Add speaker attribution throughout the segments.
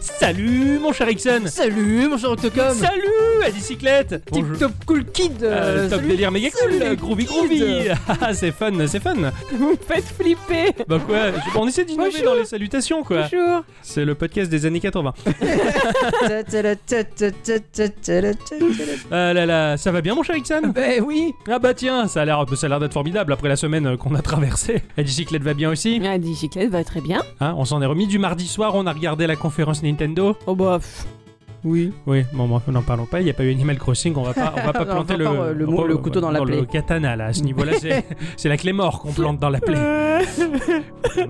Speaker 1: Salut mon cher Ixon
Speaker 2: Salut mon cher Octocom
Speaker 1: Salut à bicyclette
Speaker 2: Tip top cool kid
Speaker 1: Euh,
Speaker 2: euh,
Speaker 1: top
Speaker 2: salut.
Speaker 1: délire méga
Speaker 2: Salut
Speaker 1: cool
Speaker 2: les
Speaker 1: Groovy
Speaker 2: kids.
Speaker 1: groovy Ah, C'est fun, c'est fun
Speaker 2: Vous me faites flipper
Speaker 1: Bah quoi, je- on essaie d'innover
Speaker 2: Bonjour.
Speaker 1: dans les salutations quoi
Speaker 2: Bonjour
Speaker 1: C'est le podcast des années 80. Ah là là, ça va bien mon cher Ixon
Speaker 2: Ben oui
Speaker 1: Ah bah tiens, ça a l'air ça a l'air d'être formidable après la semaine euh, qu'on a traversée. La bicyclette va bien aussi
Speaker 3: La bicyclette va très bien.
Speaker 1: hein, On s'en est remis du mardi soir, on a regardé la conférence Nintendo.
Speaker 3: Oh bah. pff, Oui.
Speaker 1: Oui, bon, bref, n'en parlons pas, il n'y a pas eu Animal Crossing, on va pas, on va pas
Speaker 3: On va
Speaker 1: planter
Speaker 3: pas
Speaker 1: le,
Speaker 3: encore, euh, le mou- le couteau dans la
Speaker 1: le
Speaker 3: plaie.
Speaker 1: katana, là, à ce niveau-là, c'est c'est la clé mort qu'on plante dans la plaie.
Speaker 3: Euh.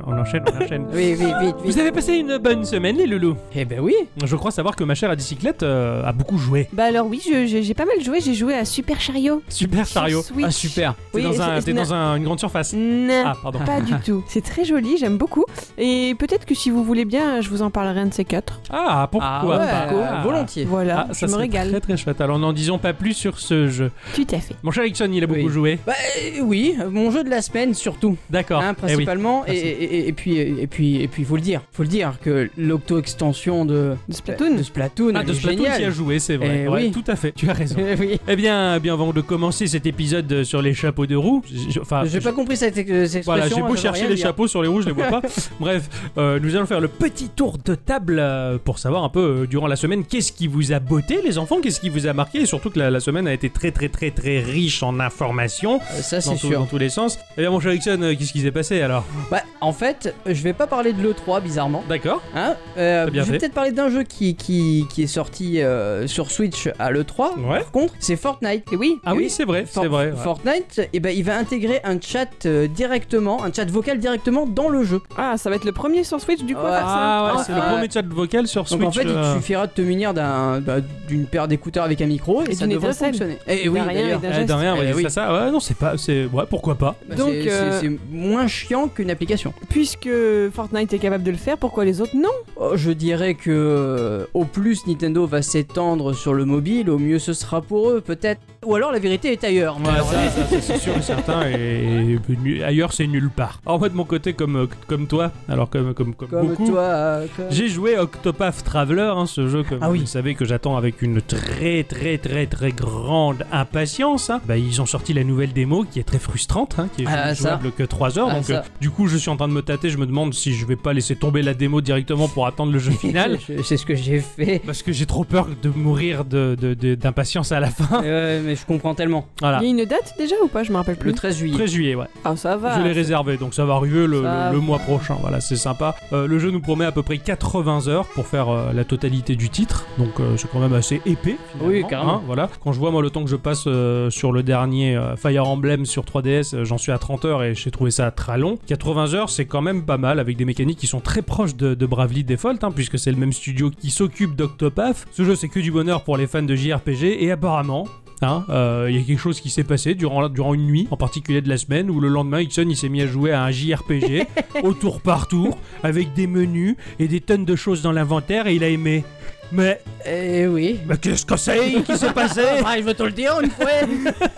Speaker 1: On enchaîne, on enchaîne.
Speaker 2: Oui, oui, vite, vite
Speaker 1: Vous avez passé une bonne semaine, les loulous
Speaker 2: Eh ben oui
Speaker 1: Je crois savoir que ma chère à bicyclette euh, a beaucoup joué.
Speaker 3: Bah alors oui, je- je- j'ai pas mal joué. J'ai joué à Super Chariot.
Speaker 1: Super
Speaker 3: Sur
Speaker 1: chariot.
Speaker 3: Switch.
Speaker 2: Ah super
Speaker 1: T'es
Speaker 3: Oui,
Speaker 1: dans, un,
Speaker 3: c'est-
Speaker 1: t'es dans un- une grande surface.
Speaker 3: Non,
Speaker 1: Ah, pardon.
Speaker 3: pas du tout. C'est très joli, j'ame beaucoup. Et peut-être que si vous voulez bien, je vous en parlerai un de ces quatre.
Speaker 1: Ah, pourquoi
Speaker 2: ah, ouais,
Speaker 1: pas
Speaker 2: Volontiers
Speaker 3: Voilà,
Speaker 1: Ah, ça
Speaker 3: je me
Speaker 1: serait
Speaker 3: régale.
Speaker 1: très très chouette. Alors n'en disons pas plus sur ce jeu.
Speaker 3: Tout à fait.
Speaker 1: Mon cher Ixon, il a beaucoup
Speaker 2: Oui.
Speaker 1: joué.
Speaker 2: Bah euh, oui, mon jeu de la semaine surtout,
Speaker 1: D'accord.
Speaker 2: hein,
Speaker 1: Eh oui.
Speaker 2: principalement,
Speaker 1: Merci.
Speaker 2: et, et- et puis et puis et puis faut le dire, faut le dire que l'octo-extension de
Speaker 3: De Splatoon.
Speaker 2: de Splatoon,
Speaker 1: Ah,
Speaker 2: elle
Speaker 1: de
Speaker 2: est
Speaker 1: Splatoon,
Speaker 2: géniale.
Speaker 1: tu y as joué, c'est vrai.
Speaker 2: Eh
Speaker 1: Ouais,
Speaker 2: oui.
Speaker 1: Tout à fait, tu as raison.
Speaker 2: Eh oui.
Speaker 1: Eh bien, bien avant de commencer cet épisode euh, sur les chapeaux de roue, j- j- enfin,
Speaker 2: j'ai
Speaker 1: j-
Speaker 2: pas compris cette, cette expression.
Speaker 1: Ah, voilà, j'ai
Speaker 2: hein,
Speaker 1: beau
Speaker 2: ça veut
Speaker 1: chercher
Speaker 2: rien
Speaker 1: les
Speaker 2: dire.
Speaker 1: chapeaux sur les roues, je les vois pas. Bref, euh, nous allons faire le petit tour de table euh, pour savoir un peu euh, durant la semaine qu'est-ce qui vous a botté, les enfants, qu'est-ce qui vous a marqué, et surtout que la, la semaine a été très très très très riche en informations
Speaker 2: Euh, Ça
Speaker 1: dans,
Speaker 2: c'est
Speaker 1: tout-
Speaker 2: sûr.
Speaker 1: dans tous les sens. Eh bien, mon cher Ixon, euh, qu'est-ce qui s'est passé alors
Speaker 2: Bah, en fait, euh, je vais pas parler de l'E3 bizarrement.
Speaker 1: D'accord.
Speaker 2: Hein Euh,
Speaker 1: T'as bien
Speaker 2: je vais
Speaker 1: fait.
Speaker 2: peut-être parler d'un jeu qui, qui, qui est sorti euh, sur Switch à l'E3.
Speaker 1: Ouais.
Speaker 2: Par contre, c'est Fortnite. Eh
Speaker 3: Et oui.
Speaker 1: Ah oui,
Speaker 2: oui.
Speaker 1: c'est vrai, c'est
Speaker 2: For-
Speaker 1: vrai. ouais.
Speaker 2: Fortnite, eh ben, il va intégrer un chat euh, directement, un chat vocal directement dans le jeu.
Speaker 3: Ah, ça va être le premier sur Switch du coup. à
Speaker 2: Ouais.
Speaker 3: faire ça.
Speaker 1: Ah ouais,
Speaker 2: Ah,
Speaker 1: c'est
Speaker 2: ah,
Speaker 1: le premier chat vocal sur Switch.
Speaker 2: Donc en fait,
Speaker 1: euh,
Speaker 2: il suffira de te munir d'un- bah, d'une paire d'écouteurs avec un micro et,
Speaker 3: Et
Speaker 2: ça
Speaker 3: d'une
Speaker 2: devrait
Speaker 3: étincelle.
Speaker 2: fonctionner. Et, oui,
Speaker 3: D'un rien
Speaker 2: d'ailleurs.
Speaker 3: et d'un
Speaker 1: eh,
Speaker 3: geste.
Speaker 1: de rien,
Speaker 2: Eh
Speaker 1: ouais,
Speaker 2: oui.
Speaker 1: ça, ça. Ouais, non, c'est pas, c'est, ouais, pourquoi pas.
Speaker 2: Bah,
Speaker 3: Donc,
Speaker 2: c'est-
Speaker 3: euh,
Speaker 2: c'est c'est moins chiant qu'une application.
Speaker 3: Puisque Fortnite est capable de le faire, pourquoi les autres non
Speaker 2: Oh, je dirais que euh, au plus Nintendo va s'étendre sur le mobile, au mieux ce sera pour eux peut-être. Ou alors la vérité est ailleurs.
Speaker 1: Ouais, ça, ça, ça, c'est sûr et certain, et, et nu- ailleurs c'est nulle part. En moi de mon côté, comme, euh, comme toi, alors comme, comme, comme,
Speaker 2: Comme
Speaker 1: beaucoup,
Speaker 2: toi. euh, comme-
Speaker 1: j'ai joué à Octopath Traveler, hein, ce jeu que
Speaker 2: Ah oui.
Speaker 1: vous savez que j'attends avec une très très très très grande impatience. hein. Bah, ils ont sorti la nouvelle démo qui est très frustrante, hein, qui est
Speaker 2: Ah, ça.
Speaker 1: jouable que 3 heures,
Speaker 2: Ah,
Speaker 1: donc euh,
Speaker 2: ça.
Speaker 1: du coup je suis en train de me tâter, je me demande si je vais pas laisser tomber la démo directement pour attendre le jeu final.
Speaker 2: Je- je- C'est ce que j'ai fait.
Speaker 1: Parce que j'ai trop peur de mourir de- de- de- d'impatience à la fin.
Speaker 2: Euh, mais je comprends tellement.
Speaker 1: Voilà.
Speaker 3: Il y a une date déjà ou pas Je me rappelle plus.
Speaker 2: Le 13 juillet.
Speaker 1: 13 juillet, ouais.
Speaker 3: Ah, ça va.
Speaker 1: Je l'ai réservé, donc ça va arriver le,
Speaker 3: Ça
Speaker 1: le- le
Speaker 3: va.
Speaker 1: mois prochain. Voilà, c'est sympa. Euh, le jeu nous promet à peu près 80 heures pour faire euh, la totalité du titre, donc euh, c'est quand même assez épais. finalement,
Speaker 2: Oui, carrément.
Speaker 1: hein, voilà. Quand je vois moi le temps que je passe euh, sur le dernier euh, Fire Emblem sur 3DS, euh, j'en suis à 30 heures et j'ai trouvé ça très long. 80 heures, c'est quand même pas mal avec des mécaniques qui sont très proches de, de Bravely Default, hein, puisque c'est le même studio qui s'occupe d'Octopath. Ce jeu, c'est que du bonheur pour les fans de JRPG et apparemment, Hein, euh, Il y a quelque chose qui s'est passé durant, durant une nuit, en particulier de la semaine, où le lendemain, Ixon il s'est mis à jouer à un JRPG au tour par tour, avec des menus et des tonnes de choses dans l'inventaire, et il a aimé. Mais,
Speaker 2: Eh oui.
Speaker 1: mais qu'est-ce que c'est qui s'est passé
Speaker 2: Ah, je veux te le dire une fois.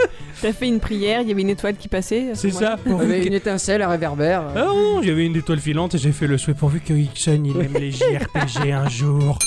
Speaker 3: T'as fait une prière, il y avait une étoile qui passait. à ce
Speaker 1: C'est ça
Speaker 3: moment-là.
Speaker 1: pourvu
Speaker 2: Avec
Speaker 1: que-
Speaker 2: une étincelle, un réverbère. euh.
Speaker 1: Ah non, il y avait une étoile filante et j'ai fait le souhait pourvu que Ixon il aime les JRPG un jour.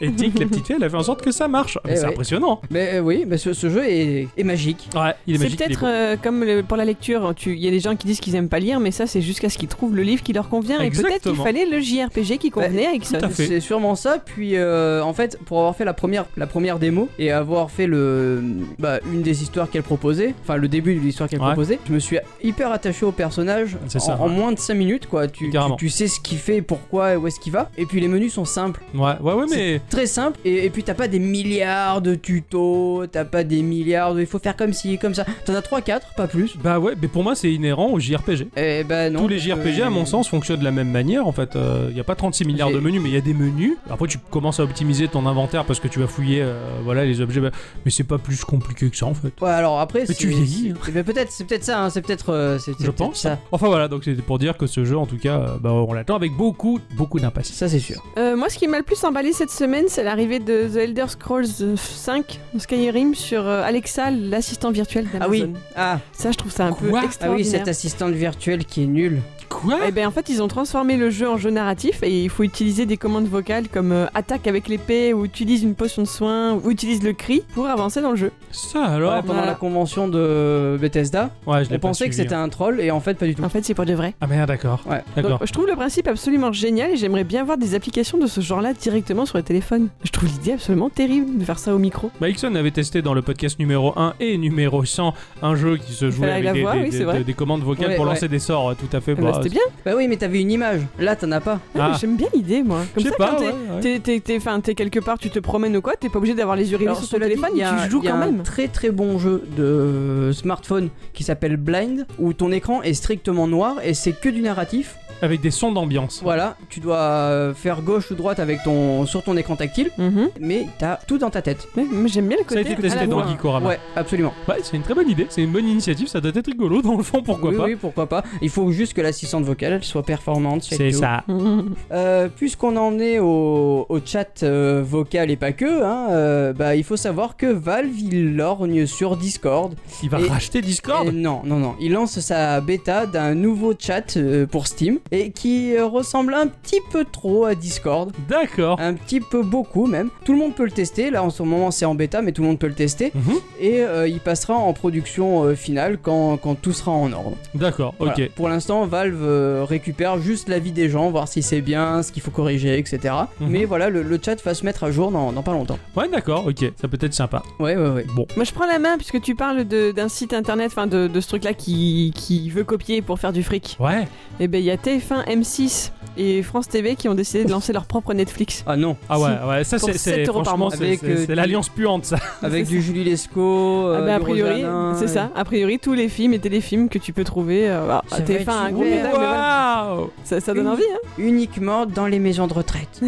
Speaker 1: Et Dick, la petite fille, elle a fait en sorte que ça marche. Ah, mais
Speaker 2: Eh
Speaker 1: c'est
Speaker 2: ouais.
Speaker 1: impressionnant.
Speaker 2: Mais euh, oui, mais ce, ce jeu est, est magique.
Speaker 1: Ouais, il est
Speaker 3: C'est
Speaker 1: magique. il est
Speaker 3: peut-être
Speaker 1: beau.
Speaker 3: euh, comme le- pour la lecture, tu- il y a des gens qui disent qu'ils aiment pas lire, mais ça c'est jusqu'à ce qu'ils trouvent le livre qui leur convient. Et peut-être
Speaker 1: Exactement. Bah,
Speaker 3: qu'il fallait le JRPG qui convenait avec ça.
Speaker 1: tout à fait.
Speaker 2: C'est sûrement ça. Puis euh, en fait, pour avoir fait la première, la première démo et avoir fait le, bah, une des histoires qu'elle proposait, enfin le début de l'histoire qu'elle
Speaker 1: Ouais.
Speaker 2: proposait, je me suis hyper attaché au personnage
Speaker 1: C'est
Speaker 2: en,
Speaker 1: ça,
Speaker 2: en
Speaker 1: ouais.
Speaker 2: moins de 5 minutes quoi. Tu, tu,
Speaker 1: Carrément.
Speaker 2: tu sais ce qu'il fait, pourquoi et où est-ce qu'il va. Et puis les menus sont simples,
Speaker 1: Ouais, ouais, ouais, mais.
Speaker 2: très simples. Et, et puis t'as pas des milliards de tutos, t'as pas des milliards de il faut faire comme ci, comme ça. T'en as 3-4, pas plus.
Speaker 1: Bah ouais, mais pour moi, c'est inhérent au JRPG.
Speaker 2: Et bah non.
Speaker 1: Tous les
Speaker 2: parce que-
Speaker 1: JRPG, à mon sens, fonctionnent de la même manière. En fait, il n'y a pas 36 milliards de
Speaker 2: J'ai-
Speaker 1: menus, mais il y a des menus. Après, tu commences à optimiser ton inventaire parce que tu vas fouiller euh, voilà, les objets. Bah, Mais c'est pas plus compliqué que ça, en fait.
Speaker 2: Ouais, alors après,
Speaker 1: Mais
Speaker 2: c'est.
Speaker 1: tu vieillis,
Speaker 2: c'est-
Speaker 1: hein.
Speaker 2: eh ben, peut-être, c'est peut-être ça, hein, c'est peut-être. euh, c'est- c'est
Speaker 1: Je
Speaker 2: peut-être
Speaker 1: pense.
Speaker 2: Ça,
Speaker 1: Enfin voilà, donc c'était pour dire que ce jeu, en tout cas, euh, bah, on l'attend avec beaucoup, beaucoup d'impatience.
Speaker 2: ça c'est sûr.
Speaker 3: Euh, moi, ce qui m'a le plus emballé cette semaine, c'est l'arrivée de The Elder Scrolls 5 Skyrim sur euh, Alexa, l'assistant virtuel d'Amazon.
Speaker 2: Ah oui, ah,
Speaker 3: Ça, je trouve ça un peu
Speaker 1: Quoi Ah oui,
Speaker 3: extraordinaire.
Speaker 2: oui, cette assistante virtuelle qui est nulle.
Speaker 1: Quoi
Speaker 3: Et ben en fait ils ont transformé le jeu en jeu narratif et il faut utiliser des commandes vocales comme euh, attaque avec l'épée ou utilise une potion de soin ou utilise le cri pour avancer dans le jeu.
Speaker 1: Ça alors
Speaker 2: Ouais, pendant
Speaker 3: voilà.
Speaker 2: la convention de Bethesda,
Speaker 1: Ouais, je l'ai
Speaker 2: on
Speaker 1: pas
Speaker 2: pensait que
Speaker 1: suivi,
Speaker 2: c'était
Speaker 1: hein.
Speaker 2: un troll et en fait pas du tout.
Speaker 3: En fait c'est pour de vrai.
Speaker 1: Ah merde, d'accord.
Speaker 2: Ouais.
Speaker 1: D'accord.
Speaker 3: Donc, je trouve le principe absolument génial et j'aimerais bien voir des applications de ce genre-là directement sur les téléphones. Je trouve l'idée absolument terrible de faire ça au micro.
Speaker 1: Bah, Ixon avait testé dans le podcast numéro 1 et numéro 100 un jeu qui se jouait
Speaker 3: Fallait
Speaker 1: avec
Speaker 3: la
Speaker 1: des,
Speaker 3: voix,
Speaker 1: des-
Speaker 3: oui,
Speaker 1: des-
Speaker 3: c'est vrai.
Speaker 1: des- des commandes vocales
Speaker 2: Ouais,
Speaker 1: pour
Speaker 2: ouais.
Speaker 1: lancer des sorts, tout à fait.
Speaker 3: Ah bah,
Speaker 1: bah,
Speaker 3: C'était bien.
Speaker 2: Bah oui, mais t'avais une image. Là, t'en as pas.
Speaker 3: Ah,
Speaker 1: Ah.
Speaker 3: J'aime bien l'idée moi.
Speaker 1: Je
Speaker 3: Comme
Speaker 1: sais
Speaker 3: ça
Speaker 1: pas.
Speaker 3: quand
Speaker 1: ouais,
Speaker 3: t'es-
Speaker 1: ouais.
Speaker 3: t'es- t'es- t'es- enfin, t'es quelque part, tu te promènes ou quoi, t'es pas obligé d'avoir les yeux rivés
Speaker 2: Alors,
Speaker 3: sur ton
Speaker 2: cela dit,
Speaker 3: téléphone,
Speaker 2: il y a un-
Speaker 3: tu joues
Speaker 2: il y a
Speaker 3: quand
Speaker 2: un
Speaker 3: même.
Speaker 2: très très bon jeu de smartphone qui s'appelle Blind où ton écran est strictement noir et c'est que du narratif.
Speaker 1: Avec des sons d'ambiance.
Speaker 2: Voilà, tu dois euh, faire gauche ou droite avec ton sur ton écran tactile,
Speaker 3: Mhm.
Speaker 2: mais t'as tout dans ta tête.
Speaker 3: Mais- mais J'aime bien le
Speaker 1: Ça a été
Speaker 3: côté. à Ah, la
Speaker 1: testé dans
Speaker 3: fois.
Speaker 1: Geekorama.
Speaker 2: Ouais, absolument.
Speaker 1: Ouais, Bah, c'est une très bonne idée, c'est une bonne initiative, ça doit être rigolo dans le fond, pourquoi
Speaker 2: oui,
Speaker 1: pas.
Speaker 2: oui, pourquoi pas. Il faut juste que l'assistante vocale elle soit performante.
Speaker 1: C'est
Speaker 2: tout.
Speaker 1: ça.
Speaker 3: Mhm.
Speaker 2: Euh, Puisqu'on en est au, au chat euh, vocal et pas que, hein, euh, bah, il faut savoir que Valve il lorgne sur Discord.
Speaker 1: Il va
Speaker 2: Et-
Speaker 1: racheter
Speaker 2: Euh,
Speaker 1: Discord
Speaker 2: non, non, non. Il lance sa bêta d'un nouveau chat euh, pour Steam et qui euh, ressemble un petit peu trop à Discord.
Speaker 1: D'accord.
Speaker 2: Un petit peu beaucoup même. Tout le monde peut le tester. Là en ce moment c'est en bêta mais tout le monde peut le tester.
Speaker 1: Mhm.
Speaker 2: Et euh, il passera en production euh, finale quand, quand tout sera en ordre.
Speaker 1: D'accord, ok.
Speaker 2: Voilà. Pour l'instant, Valve euh, récupère juste l'avis des gens, voir si c'est bien, ce qu'il faut corriger, etc.
Speaker 1: Mhm.
Speaker 2: Mais voilà, le, le chat va se mettre à jour dans, dans pas longtemps.
Speaker 1: Ouais, d'accord, ok. Ça peut être sympa.
Speaker 2: Ouais, ouais, ouais.
Speaker 1: Bon.
Speaker 3: Moi je prends la main puisque tu parles de- d'un site internet, enfin de, de ce truc là qui, qui veut copier pour faire du fric.
Speaker 1: Ouais.
Speaker 3: Et ben il y a TF1, M6 et France TV qui ont décidé de lancer leur propre Netflix.
Speaker 2: Ah non,
Speaker 1: Ah ouais,
Speaker 3: Si.
Speaker 1: ouais, ça
Speaker 3: Pour
Speaker 1: c'est, c'est-
Speaker 3: 7 euros par
Speaker 1: franchement
Speaker 3: mois.
Speaker 1: c'est,
Speaker 2: Avec,
Speaker 1: c'est-
Speaker 2: euh,
Speaker 1: c'est l'alliance puante ça.
Speaker 2: avec
Speaker 3: C'est
Speaker 2: du Julie Lescaut,
Speaker 3: Ah
Speaker 2: euh,
Speaker 3: bah, a
Speaker 2: du
Speaker 3: priori,
Speaker 2: Rosanna,
Speaker 3: c'est
Speaker 2: euh,
Speaker 3: ça. A priori, tous les films et téléfilms que tu peux trouver. euh, ah,
Speaker 2: Ça va
Speaker 3: TF1
Speaker 2: être
Speaker 3: a un gros
Speaker 2: super.
Speaker 3: médaille, mais voilà.
Speaker 1: Waouh
Speaker 3: ça, ça donne
Speaker 2: Une-
Speaker 3: envie. Hein.
Speaker 2: euh, Uniquement dans les maisons de retraite.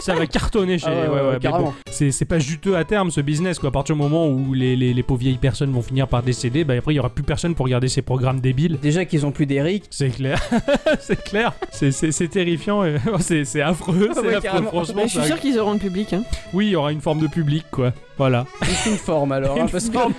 Speaker 1: Ça va cartonner chez.
Speaker 2: Ah ouais, ouais,
Speaker 1: mais
Speaker 2: carrément.
Speaker 1: bon, c'est, c'est pas juteux à terme ce business quoi. À partir du moment où les, les, les pauvres vieilles personnes vont finir par décéder, bah après il y aura plus personne pour regarder ces programmes débiles.
Speaker 2: Déjà qu'ils ont plus d'Eric.
Speaker 1: C'est clair, c'est clair, c'est, c'est, c'est terrifiant, et... c'est, c'est affreux, c'est
Speaker 2: Ah Ouais,
Speaker 1: affreux,
Speaker 2: carrément.
Speaker 1: franchement.
Speaker 3: Bah, je suis
Speaker 1: ça-
Speaker 3: sûr qu'ils auront le public. Hein.
Speaker 1: Oui, il y aura une forme de public quoi. Voilà.
Speaker 2: Juste une forme alors. hein,
Speaker 1: Une
Speaker 2: parce que-
Speaker 1: forme.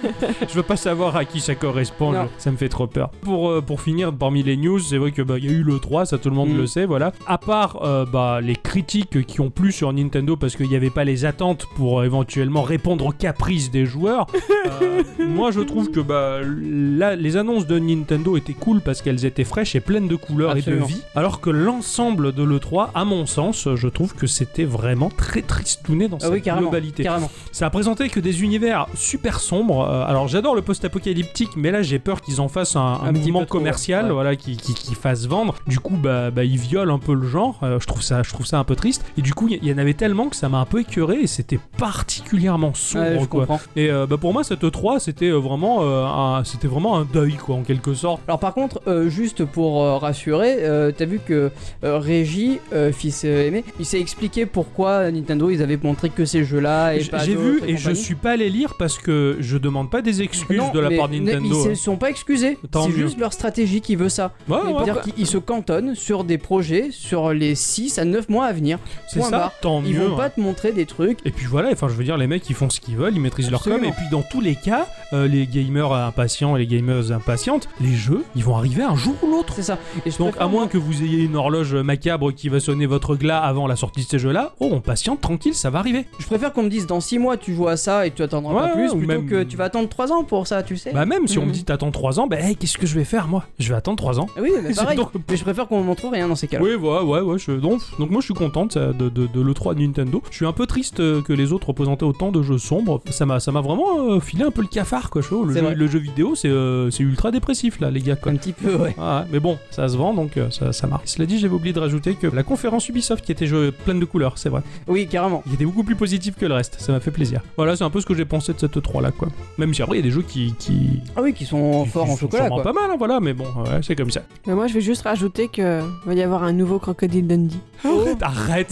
Speaker 1: je veux pas savoir à qui ça correspond,
Speaker 2: Non.
Speaker 1: je- ça me fait trop peur. Pour, euh, pour finir, parmi les news, c'est vrai que bah, il y a eu le 3, ça tout le monde
Speaker 2: Mm.
Speaker 1: le sait, voilà. À part euh, bah, les critiques qui ont plu sur Nintendo parce qu'il n'y avait pas les attentes pour euh, éventuellement répondre aux caprices des joueurs, euh, moi je trouve que bah, là, les annonces de Nintendo étaient cool parce qu'elles étaient fraîches et pleines de couleurs et
Speaker 2: Absolument.
Speaker 1: de vie, alors que l'ensemble de l'E3, à mon sens, je trouve que c'était vraiment très tristouné dans
Speaker 2: Ah
Speaker 1: sa
Speaker 2: oui, carrément.
Speaker 1: globalité.
Speaker 2: Carrément.
Speaker 1: Ça a présenté que des univers super sombres. Euh, alors j'adore le post-apocalyptique, mais là j'ai peur qu'ils en fassent un, un
Speaker 2: Un petit
Speaker 1: mouvement
Speaker 2: peu trop,
Speaker 1: commercial,
Speaker 2: ouais.
Speaker 1: voilà, qui, qui- qui fasse vendre. Du coup, bah, bah, ils violent un peu le genre. Euh, je trouve ça, je trouve ça un peu triste. Et du coup, il y, y en avait tellement que ça m'a un peu écœuré et c'était particulièrement sombre,
Speaker 2: Ouais, je
Speaker 1: quoi.
Speaker 2: comprends.
Speaker 1: Et euh, bah, pour moi, cette 3 c'était euh, vraiment, euh, un, c'était vraiment un deuil, quoi, en quelque sorte.
Speaker 2: Alors par contre, euh, juste pour euh, rassurer, euh, t'as vu que euh, Régis, euh, fils euh, aimé, il s'est expliqué pourquoi Nintendo ils avaient montré que ces jeux-là et
Speaker 1: J-
Speaker 2: pas
Speaker 1: J'ai vu
Speaker 2: d'autres
Speaker 1: et je
Speaker 2: compagnie.
Speaker 1: suis pas allé lire parce que je demande pas des excuses
Speaker 2: Non,
Speaker 1: de la
Speaker 2: mais-
Speaker 1: part de
Speaker 2: mais
Speaker 1: Nintendo. hein.
Speaker 2: Ils se sont pas excusés.
Speaker 1: Tant
Speaker 2: C'est
Speaker 1: mieux.
Speaker 2: juste leur stratégie qui veut ça.
Speaker 1: Ouais, ouais,
Speaker 2: C'est-à-dire qu'ils ils se cantonnent sur des projets sur les 6 à 9 mois à venir.
Speaker 1: c'est
Speaker 2: point
Speaker 1: ça.
Speaker 2: barre.
Speaker 1: Tant
Speaker 2: Ils
Speaker 1: mieux.
Speaker 2: vont
Speaker 1: hein.
Speaker 2: pas te montrer des trucs.
Speaker 1: Et puis voilà, enfin je veux dire, les mecs ils font ce qu'ils veulent, ils maîtrisent leur com,
Speaker 2: Absolument.
Speaker 1: et puis dans tous les cas, euh, les gamers impatients et les gameuses impatientes, les jeux, ils vont arriver un jour ou l'autre.
Speaker 2: C'est ça. Et je
Speaker 1: Donc
Speaker 2: préfère-
Speaker 1: à moins que vous ayez une horloge macabre qui va sonner votre glas avant la sortie de ces jeux-là, oh on patiente, tranquille, ça va arriver.
Speaker 2: Je préfère qu'on me dise dans 6 mois tu joues à ça et tu attendras
Speaker 1: Ouais,
Speaker 2: pas plus
Speaker 1: ou
Speaker 2: plutôt
Speaker 1: même-
Speaker 2: que tu vas attendre 3 ans pour ça, tu sais.
Speaker 1: Bah même si on me
Speaker 3: Mhm.
Speaker 1: dit t'attends 3 ans, bah hey, qu'est-ce que je vais faire moi Je vais attendre 3 ans.
Speaker 2: Ah oui, mais
Speaker 1: C'est
Speaker 2: pareil.
Speaker 1: donc-
Speaker 2: Mais je préfère qu'on me montre rien dans ces cas-là.
Speaker 1: Oui, ouais, ouais, ouais. je- donc, donc moi, je suis contente ça, de, de, de l'E3 de Nintendo. Je suis un peu triste euh, que les autres représentaient autant de jeux sombres. Ça m'a, ça m'a vraiment euh, filé un peu le cafard, quoi. je trouve. le,
Speaker 2: C'est
Speaker 1: jeu,
Speaker 2: vrai. Mm.
Speaker 1: le jeu vidéo, c'est, euh, c'est ultra dépressif, là, les gars, quoi.
Speaker 2: Un petit peu, ouais.
Speaker 1: Ah, ouais, mais bon, ça se vend, donc euh, ça, ça marche. Cela dit, j'avais oublié de rajouter que la conférence Ubisoft, qui était jeu pleine de couleurs, c'est vrai,
Speaker 2: Oui, carrément.
Speaker 1: il était beaucoup plus positif que le reste. Ça m'a fait plaisir. Voilà, c'est un peu ce que j'ai pensé de cette 3 là, quoi. Même si après, il y a des jeux qui, qui,
Speaker 2: Ah oui, qui sont
Speaker 1: qui-
Speaker 2: forts
Speaker 1: qui
Speaker 2: en
Speaker 1: sont
Speaker 2: chocolat,
Speaker 1: sûrement
Speaker 2: quoi.
Speaker 1: pas mal, hein, voilà. Mais bon, ouais, c'est comme ça.
Speaker 3: Mais moi je vais juste rajouter que va y avoir un nouveau Crocodile Dundee.
Speaker 2: Oh.
Speaker 1: Arrête, arrête.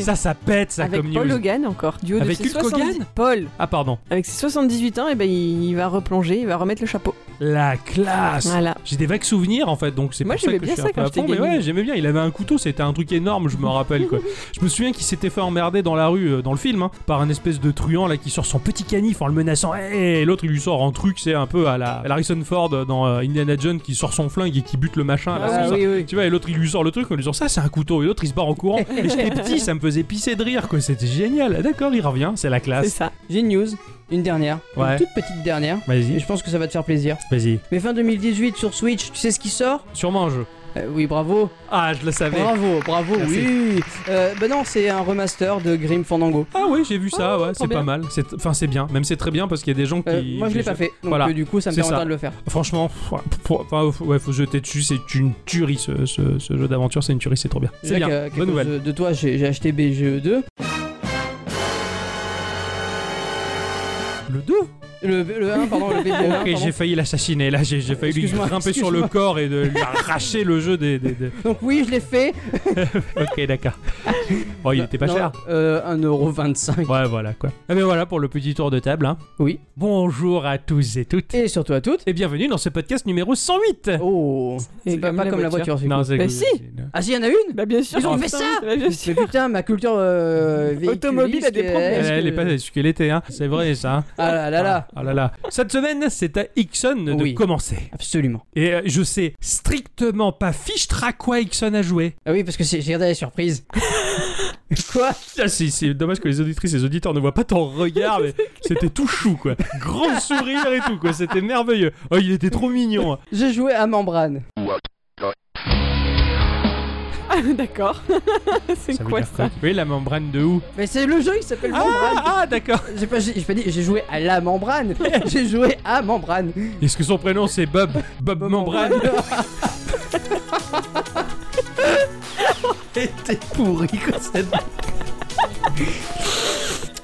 Speaker 1: Ça, ça pète, ça
Speaker 3: Oh. Avec
Speaker 1: comme
Speaker 3: Paul
Speaker 1: news.
Speaker 3: Hogan encore. Duo
Speaker 1: Avec
Speaker 3: de ses
Speaker 1: Hulk
Speaker 3: 70
Speaker 1: Hogan
Speaker 3: Paul,
Speaker 1: Ah pardon.
Speaker 3: eh avec ses 78 ans, et ben il, il va replonger, il va remettre le chapeau.
Speaker 1: La classe
Speaker 3: Voilà.
Speaker 1: J'ai des vagues souvenirs en fait, donc c'est
Speaker 3: Moi,
Speaker 1: pour ça
Speaker 3: j'aimais
Speaker 1: que
Speaker 3: bien
Speaker 1: je suis
Speaker 3: ça
Speaker 1: un peu à
Speaker 3: quand j'étais
Speaker 1: fond, Mais
Speaker 3: gamine.
Speaker 1: ouais, j'aimais bien. Il avait un couteau, c'était un truc énorme, je me rappelle quoi. je me souviens qu'il s'était fait emmerder dans la rue, euh, dans le film, hein, par un espèce de truand là qui sort son petit canif en le menaçant. Hey et l'autre il lui sort un truc, c'est un peu à la à la Harrison Ford euh, dans euh, Indiana Jones qui sort son flingue et qui bute le machin. là,
Speaker 2: Ah
Speaker 1: c'est hein, ça.
Speaker 2: oui, oui.
Speaker 1: Tu vois, et l'autre il lui sort le truc en lui disant ça c'est un couteau, et l'autre il se barre en courant. et j'étais petit, ça me faisait pisser de rire quoi, c'était génial. D'accord, il revient, c'est la
Speaker 2: Ah,
Speaker 3: C'est
Speaker 1: classe.
Speaker 3: ça.
Speaker 2: J'ai une news, une dernière,
Speaker 1: Ouais.
Speaker 2: une toute petite dernière. Et
Speaker 1: Vas-y,
Speaker 2: je pense que ça va te faire plaisir.
Speaker 1: vas-y.
Speaker 2: Mais fin 2018 sur Switch, tu sais ce qui sort
Speaker 1: Sûrement un jeu.
Speaker 2: Euh, Oui, bravo.
Speaker 1: Ah, je le savais.
Speaker 2: Bravo, bravo,
Speaker 1: Merci.
Speaker 2: oui. Euh, bah non, c'est un remaster de Grim Fandango.
Speaker 1: Ah oui, j'ai vu ça,
Speaker 3: Ah,
Speaker 1: ouais,
Speaker 3: trop
Speaker 1: c'est
Speaker 3: bien.
Speaker 1: pas mal. C'est- Enfin, c'est bien, même c'est très bien parce qu'il y a des gens qui.
Speaker 2: Euh, moi, je l'ai pas fait, donc
Speaker 1: Voilà.
Speaker 2: euh, du coup, ça me
Speaker 1: C'est
Speaker 2: permettra
Speaker 1: ça.
Speaker 2: de le faire.
Speaker 1: Franchement, pff, ouais, pff, enfin, faut- ouais, faut se jeter dessus, c'est une tuerie ce, ce- ce jeu d'aventure, c'est une tuerie, c'est trop bien. C'est
Speaker 2: Là,
Speaker 1: bien,
Speaker 2: qu'à- qu'à
Speaker 1: bonne
Speaker 2: cause
Speaker 1: nouvelle.
Speaker 2: De, de toi, j'ai j'ai acheté E BGE 2.
Speaker 1: Le 2
Speaker 2: Le, le 1, Ah, pardon, le BGE 1.
Speaker 1: Ok, j'ai failli l'assassiner, là, j'ai j'ai failli lui
Speaker 2: Excuse-moi,
Speaker 1: grimper sur le
Speaker 2: excuse-moi.
Speaker 1: corps et de lui arracher le jeu des. des- des-
Speaker 2: Donc oui, je l'ai fait.
Speaker 1: Ok, d'accord. Bon, Oh, il était pas
Speaker 2: Non,
Speaker 1: cher.
Speaker 2: euh, 1,25€.
Speaker 1: Ouais, voilà quoi. Ah, mais voilà pour le petit tour de table. hein.
Speaker 2: Oui.
Speaker 1: Bonjour à tous et toutes.
Speaker 2: Et surtout à toutes.
Speaker 1: Et bienvenue dans ce podcast numéro 108.
Speaker 2: Oh, c'est pas, pas comme la voiture, c'est
Speaker 1: Non,
Speaker 2: cool.
Speaker 1: c'est
Speaker 3: Bah
Speaker 1: cool.
Speaker 3: si.
Speaker 2: Ah si, il y en a une
Speaker 3: Bah bien sûr.
Speaker 2: Ils ont
Speaker 3: Oh,
Speaker 2: fait
Speaker 3: putain,
Speaker 2: ça
Speaker 3: bah, bien sûr.
Speaker 2: Mais putain, ma culture euh, véhiculiste,
Speaker 3: Automobile a des
Speaker 2: euh,
Speaker 3: problèmes.
Speaker 1: Elle,
Speaker 2: est-ce
Speaker 1: elle est
Speaker 2: que-
Speaker 1: pas ce qu'elle était, hein. c'est vrai ça. hein.
Speaker 2: Ah là là là,
Speaker 1: Ah là là. Cette semaine, c'est à Ixon de
Speaker 2: Oui.
Speaker 1: commencer.
Speaker 2: Ah, absolument.
Speaker 1: Et euh, je sais strictement pas fichtre à quoi Ixon a joué.
Speaker 2: Ah oui, parce que c'est- j'ai regardé la surprise. Quoi
Speaker 1: Ah, c'est- c'est dommage que les auditrices et les auditeurs ne voient pas ton regard, mais c'était tout chou quoi. Grand sourire et tout quoi, c'était merveilleux. Oh, il était trop mignon.
Speaker 2: J'ai joué à Membrane.
Speaker 3: Ah, D'accord. c'est
Speaker 1: Ça veut
Speaker 3: quoi
Speaker 1: dire
Speaker 3: ça
Speaker 1: Oui, la membrane de où
Speaker 2: Mais c'est le jeu, il s'appelle Membrane.
Speaker 1: Ah, ah, d'accord.
Speaker 2: J'ai pas, j'ai j'ai pas dit, j'ai joué à la Membrane. j'ai joué à Membrane.
Speaker 1: Est-ce que son prénom c'est Bob Bob, Membrane
Speaker 2: T'es pourri quoi cette...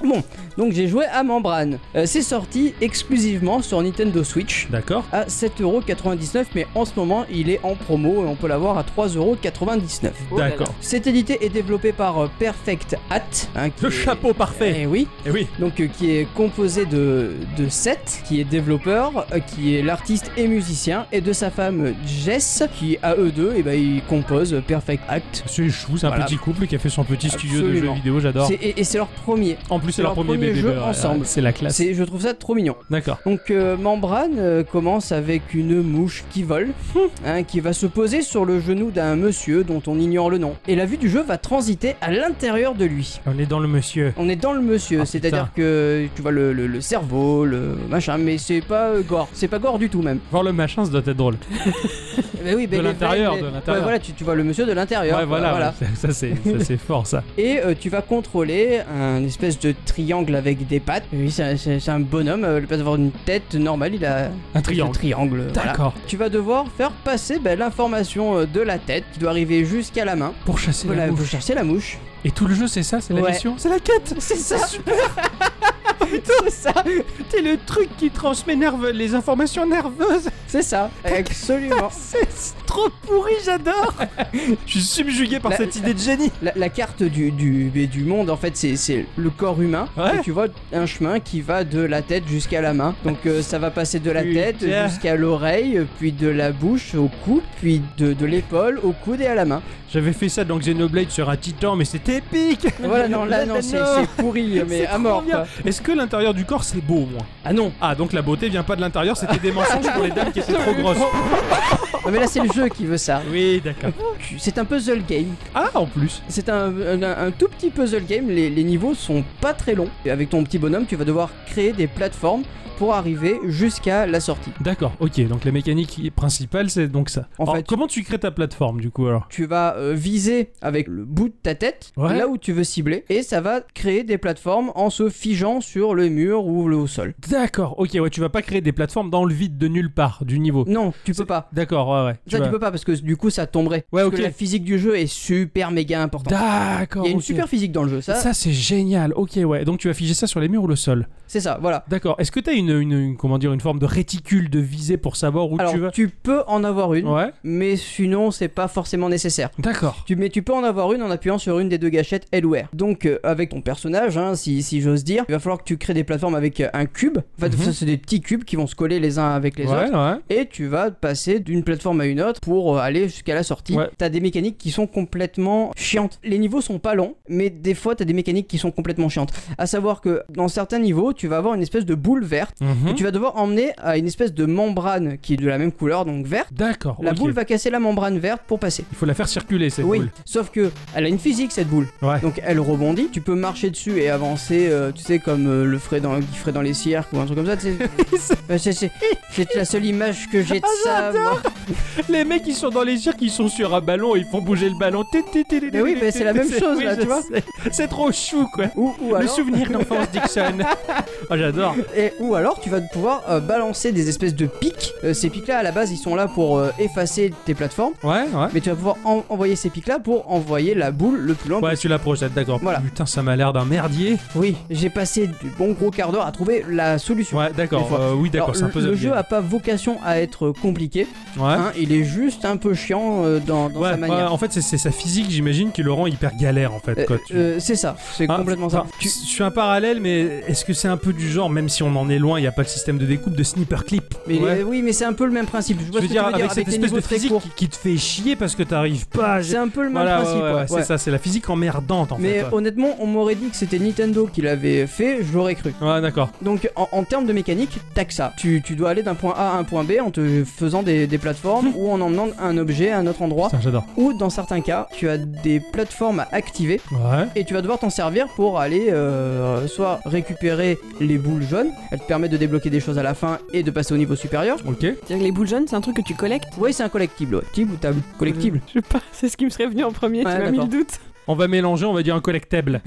Speaker 2: Bon, donc j'ai joué à Membrane. Euh, c'est sorti exclusivement sur Nintendo Switch
Speaker 1: D'accord.
Speaker 2: à 7,99€, mais en ce moment il est en promo et on peut l'avoir à 3,99€.
Speaker 3: Oh là là.
Speaker 1: D'accord.
Speaker 2: Cette édité est développée par euh, Perfect Hat. hein, qui
Speaker 1: Le
Speaker 2: est-
Speaker 1: chapeau parfait.
Speaker 2: Eh oui,
Speaker 1: Eh oui.
Speaker 2: donc euh, qui est composé de, de Seth, qui est développeur, euh, qui est l'artiste et musicien, et de sa femme euh, Jess, qui à eux deux, et ben ils composent euh, Perfect Act.
Speaker 1: C'est chou, c'est un
Speaker 2: Voilà.
Speaker 1: petit couple qui a fait son petit studio de jeux
Speaker 2: Absolument.
Speaker 1: vidéo, j'adore.
Speaker 2: C'est- Et, et c'est leur premier.
Speaker 1: En plus, c'est
Speaker 2: leur
Speaker 1: leur premier,
Speaker 2: premier
Speaker 1: bébé.
Speaker 2: jeu
Speaker 1: ouais, ouais,
Speaker 2: ensemble.
Speaker 1: C'est la classe.
Speaker 2: C'est, je trouve ça trop mignon.
Speaker 1: D'accord.
Speaker 2: Donc euh, Membrane euh, commence avec une mouche qui vole, hein, qui va se poser sur le genou d'un monsieur dont on ignore le nom. Et la vue du jeu va transiter à l'intérieur de lui.
Speaker 1: On est dans le monsieur.
Speaker 2: On est dans le monsieur,
Speaker 1: Ah,
Speaker 2: c'est-à-dire que tu vois le, le- le cerveau, le machin, mais c'est pas euh, gore, c'est pas gore du tout même.
Speaker 1: Voir le machin, ça doit être drôle.
Speaker 2: Mais oui, mais
Speaker 1: De
Speaker 2: les
Speaker 1: l'intérieur,
Speaker 2: veines,
Speaker 1: de
Speaker 2: les-
Speaker 1: l'intérieur.
Speaker 2: ouais, voilà, tu, tu vois le monsieur de l'intérieur.
Speaker 1: ouais,
Speaker 2: quoi,
Speaker 1: voilà. ouais, Ça, c'est ça, c'est fort, ça.
Speaker 2: Et euh, tu vas contrôler un espèce de triangle avec des pattes. Oui, c'est un- c'est c'est un bonhomme, euh, le place d'avoir une tête normale, il a
Speaker 1: Un triangle.
Speaker 2: un triangle. euh, voilà.
Speaker 1: D'accord.
Speaker 2: Tu vas devoir faire passer ben, l'information euh, de la tête qui doit arriver jusqu'à la main.
Speaker 1: Pour chasser
Speaker 2: Voilà,
Speaker 1: la
Speaker 2: vous
Speaker 1: mouche.
Speaker 2: cherchez la mouche.
Speaker 1: Et tout le jeu, c'est ça, c'est la
Speaker 2: Ouais.
Speaker 1: mission C'est la quête
Speaker 2: C'est ça, super C'est ça
Speaker 1: C'est le truc qui transmet nerveux, les informations nerveuses
Speaker 2: C'est ça, absolument.
Speaker 1: C'est trop pourri, j'adore Je suis subjugué par
Speaker 2: La-
Speaker 1: cette idée de génie
Speaker 2: La, la carte du, du, mais du monde, en fait, c'est- c'est le corps humain.
Speaker 1: Ouais.
Speaker 2: Et tu vois un chemin qui va de la tête jusqu'à la main. Donc euh, ça va passer de la
Speaker 1: Putain.
Speaker 2: tête jusqu'à l'oreille, puis de la bouche au cou, puis de, de l'épaule au coude et à la main.
Speaker 1: J'avais fait ça dans Xenoblade sur un titan, mais c'était épique
Speaker 2: Voilà, non, là, non, c'est c'est pourri,
Speaker 1: C'est
Speaker 2: mais à
Speaker 1: trop
Speaker 2: mort.
Speaker 1: bien.
Speaker 2: quoi.
Speaker 1: Est-ce que l'intérieur du corps, c'est beau au moins
Speaker 2: Ah non,
Speaker 1: Ah, donc la beauté vient pas de l'intérieur, c'était des mensonges pour les dames qui étaient trop grosses.
Speaker 2: Non, mais là, c'est le jeu qui veut ça.
Speaker 1: Oui, d'accord.
Speaker 2: C'est un puzzle game.
Speaker 1: Ah, en plus.
Speaker 2: C'est un, un- un tout petit puzzle game, les, les niveaux sont pas très longs. Et avec ton petit bonhomme, tu vas devoir créer des plateformes pour arriver jusqu'à la sortie.
Speaker 1: D'accord, ok, donc la mécanique principale, c'est donc ça.
Speaker 2: En
Speaker 1: Alors,
Speaker 2: fait-
Speaker 1: comment tu crées ta plateforme, du coup, alors
Speaker 2: tu vas euh, viser avec le bout de ta tête
Speaker 1: Ouais.
Speaker 2: là où tu veux cibler et ça va créer des plateformes en se figeant sur le mur ou le au sol.
Speaker 1: D'accord, ok, ouais, tu vas pas créer des plateformes dans le vide de nulle part, du niveau.
Speaker 2: Non, tu
Speaker 1: C'est-
Speaker 2: peux pas.
Speaker 1: D'accord, ouais, ouais.
Speaker 2: Ça, tu
Speaker 1: vas-
Speaker 2: peux pas parce que du coup ça tomberait.
Speaker 1: Ouais,
Speaker 2: Parce
Speaker 1: ok.
Speaker 2: que la physique du jeu est super méga importante. Il
Speaker 1: D'accord.
Speaker 2: y a une
Speaker 1: ok.
Speaker 2: super physique dans le jeu, ça,
Speaker 1: Ça, c'est génial. Ok, ouais. Donc tu vas figer ça sur les murs ou le sol.
Speaker 2: c'est ça, voilà.
Speaker 1: D'accord. Est-ce que t'as une, une, une- comment dire une forme de réticule de visée pour savoir où
Speaker 2: Alors
Speaker 1: tu vas
Speaker 2: tu peux en avoir une,
Speaker 1: Ouais.
Speaker 2: mais sinon c'est pas forcément nécessaire.
Speaker 1: D'accord.
Speaker 2: Tu, mais tu peux en avoir une en appuyant sur une des deux gâchettes L ou R. Donc euh, avec ton personnage, hein, si, si j'ose dire, il va falloir que tu crées des plateformes avec euh, un cube. En fait,
Speaker 1: Mhm.
Speaker 2: ça c'est des petits cubes qui vont se coller les uns avec les
Speaker 1: ouais,
Speaker 2: autres.
Speaker 1: ouais.
Speaker 2: Et tu vas passer d'une plateforme à une autre pour euh, aller jusqu'à la sortie.
Speaker 1: Ouais.
Speaker 2: T'as des mécaniques qui sont complètement chiantes. Les niveaux sont pas longs, mais des fois t'as des mécaniques qui sont complètement chiantes. À savoir que dans certains niveaux, tu vas avoir une espèce de boule verte
Speaker 1: Mhm.
Speaker 2: que tu vas devoir emmener à une espèce de membrane qui est de la même couleur, donc verte.
Speaker 1: D'accord.
Speaker 2: La
Speaker 1: Oh, ok.
Speaker 2: boule va casser la membrane verte pour passer.
Speaker 1: Il faut la faire circuler cette
Speaker 2: Oui,
Speaker 1: boule.
Speaker 2: sauf que elle a une physique cette boule.
Speaker 1: Ouais.
Speaker 2: Donc elle rebondit, tu peux marcher dessus et avancer, euh, tu sais, comme euh, le ferait dans, qui ferait dans les cirques ou un truc comme ça. tu sais. Euh, c'est- c'est c'est la seule image que j'ai de
Speaker 1: Ah,
Speaker 2: ça. moi.
Speaker 1: Les mecs ils sont dans les cirques, ils sont sur un ballon, ils font bouger le ballon.
Speaker 2: Mais oui, mais c'est la même chose, là, tu vois. Bah
Speaker 1: C'est trop chou quoi.
Speaker 2: Ou, ou
Speaker 1: Le
Speaker 2: alors,
Speaker 1: souvenir d'enfance Dixon. oh j'adore.
Speaker 2: et- ou alors tu vas pouvoir euh, balancer des espèces de pics. Euh, ces pics là à la base ils sont là pour euh, effacer tes plateformes,
Speaker 1: Ouais, ouais.
Speaker 2: mais tu vas pouvoir en- envoyer ces pics là pour envoyer la boule le plus loin
Speaker 1: Ouais, tu la projettes, d'accord.
Speaker 2: Voilà.
Speaker 1: Putain, ça m'a l'air d'un merdier.
Speaker 2: Oui, j'ai passé du bon gros quart d'heure à trouver la solution.
Speaker 1: Ouais,
Speaker 2: Des
Speaker 1: d'accord.
Speaker 2: fois.
Speaker 1: euh, oui, d'accord,
Speaker 2: Alors,
Speaker 1: c'est un
Speaker 2: le-
Speaker 1: peu
Speaker 2: le jeu a pas vocation à être euh, compliqué,
Speaker 1: Ouais.
Speaker 2: hein, il est juste un peu chiant euh, dans, dans
Speaker 1: Ouais,
Speaker 2: sa
Speaker 1: ouais,
Speaker 2: manière.
Speaker 1: en fait, c'est- c'est sa physique, j'imagine, qui le rend hyper galère, en fait.
Speaker 2: Euh,
Speaker 1: quoi. Tu-
Speaker 2: euh, c'est ça, c'est
Speaker 1: Hein,
Speaker 2: complètement ça.
Speaker 1: enfin,
Speaker 2: Tu-
Speaker 1: Je suis un parallèle, mais est-ce que c'est un peu du genre, même si on en est loin, il n'y a pas de système de découpe de sniper clip
Speaker 2: mais,
Speaker 1: Ouais.
Speaker 2: euh, oui, mais c'est un peu le même principe. Je
Speaker 1: Je
Speaker 2: vois
Speaker 1: veux
Speaker 2: ce que
Speaker 1: dire,
Speaker 2: tu veux
Speaker 1: avec
Speaker 2: dire
Speaker 1: cette
Speaker 2: avec les
Speaker 1: espèce
Speaker 2: niveaux
Speaker 1: de
Speaker 2: très
Speaker 1: physique
Speaker 2: courts.
Speaker 1: qui, qui te fait chier parce que t'arrives pas. à-
Speaker 2: C'est un peu le même
Speaker 1: Voilà, ouais,
Speaker 2: principe.
Speaker 1: ouais,
Speaker 2: ouais,
Speaker 1: c'est
Speaker 2: ouais.
Speaker 1: ça, c'est la physique emmerdante, en
Speaker 2: Mais
Speaker 1: fait. ouais.
Speaker 2: honnêtement, on m'aurait dit que c'était Nintendo qui l'avait fait, je l'aurais cru.
Speaker 1: Ouais, d'accord.
Speaker 2: Donc en, en termes de mécanique, tac ça. Tu, tu dois aller d'un point A à un point B en te faisant des, des plateformes
Speaker 1: Hum.
Speaker 2: ou en emmenant un objet à un autre endroit.
Speaker 1: Putain, j'adore.
Speaker 2: Ou dans certains cas, tu as des plateformes à activer
Speaker 1: Ouais.
Speaker 2: et tu vas devoir t'en servir pour aller euh, soit récupérer les boules jaunes, elles te permettent de débloquer des choses à la fin et de passer au niveau supérieur.
Speaker 1: Ok.
Speaker 3: C'est-à-dire que les boules jaunes, c'est un truc que tu collectes
Speaker 2: Oui, c'est un collectible, ouais. Collectible ou table Collectible.
Speaker 3: Je sais pas, c'est ce qui me serait venu en premier,
Speaker 2: Ouais,
Speaker 3: tu m'as mis le
Speaker 2: d'accord.
Speaker 3: doute.
Speaker 1: On va mélanger, on va dire un collectable.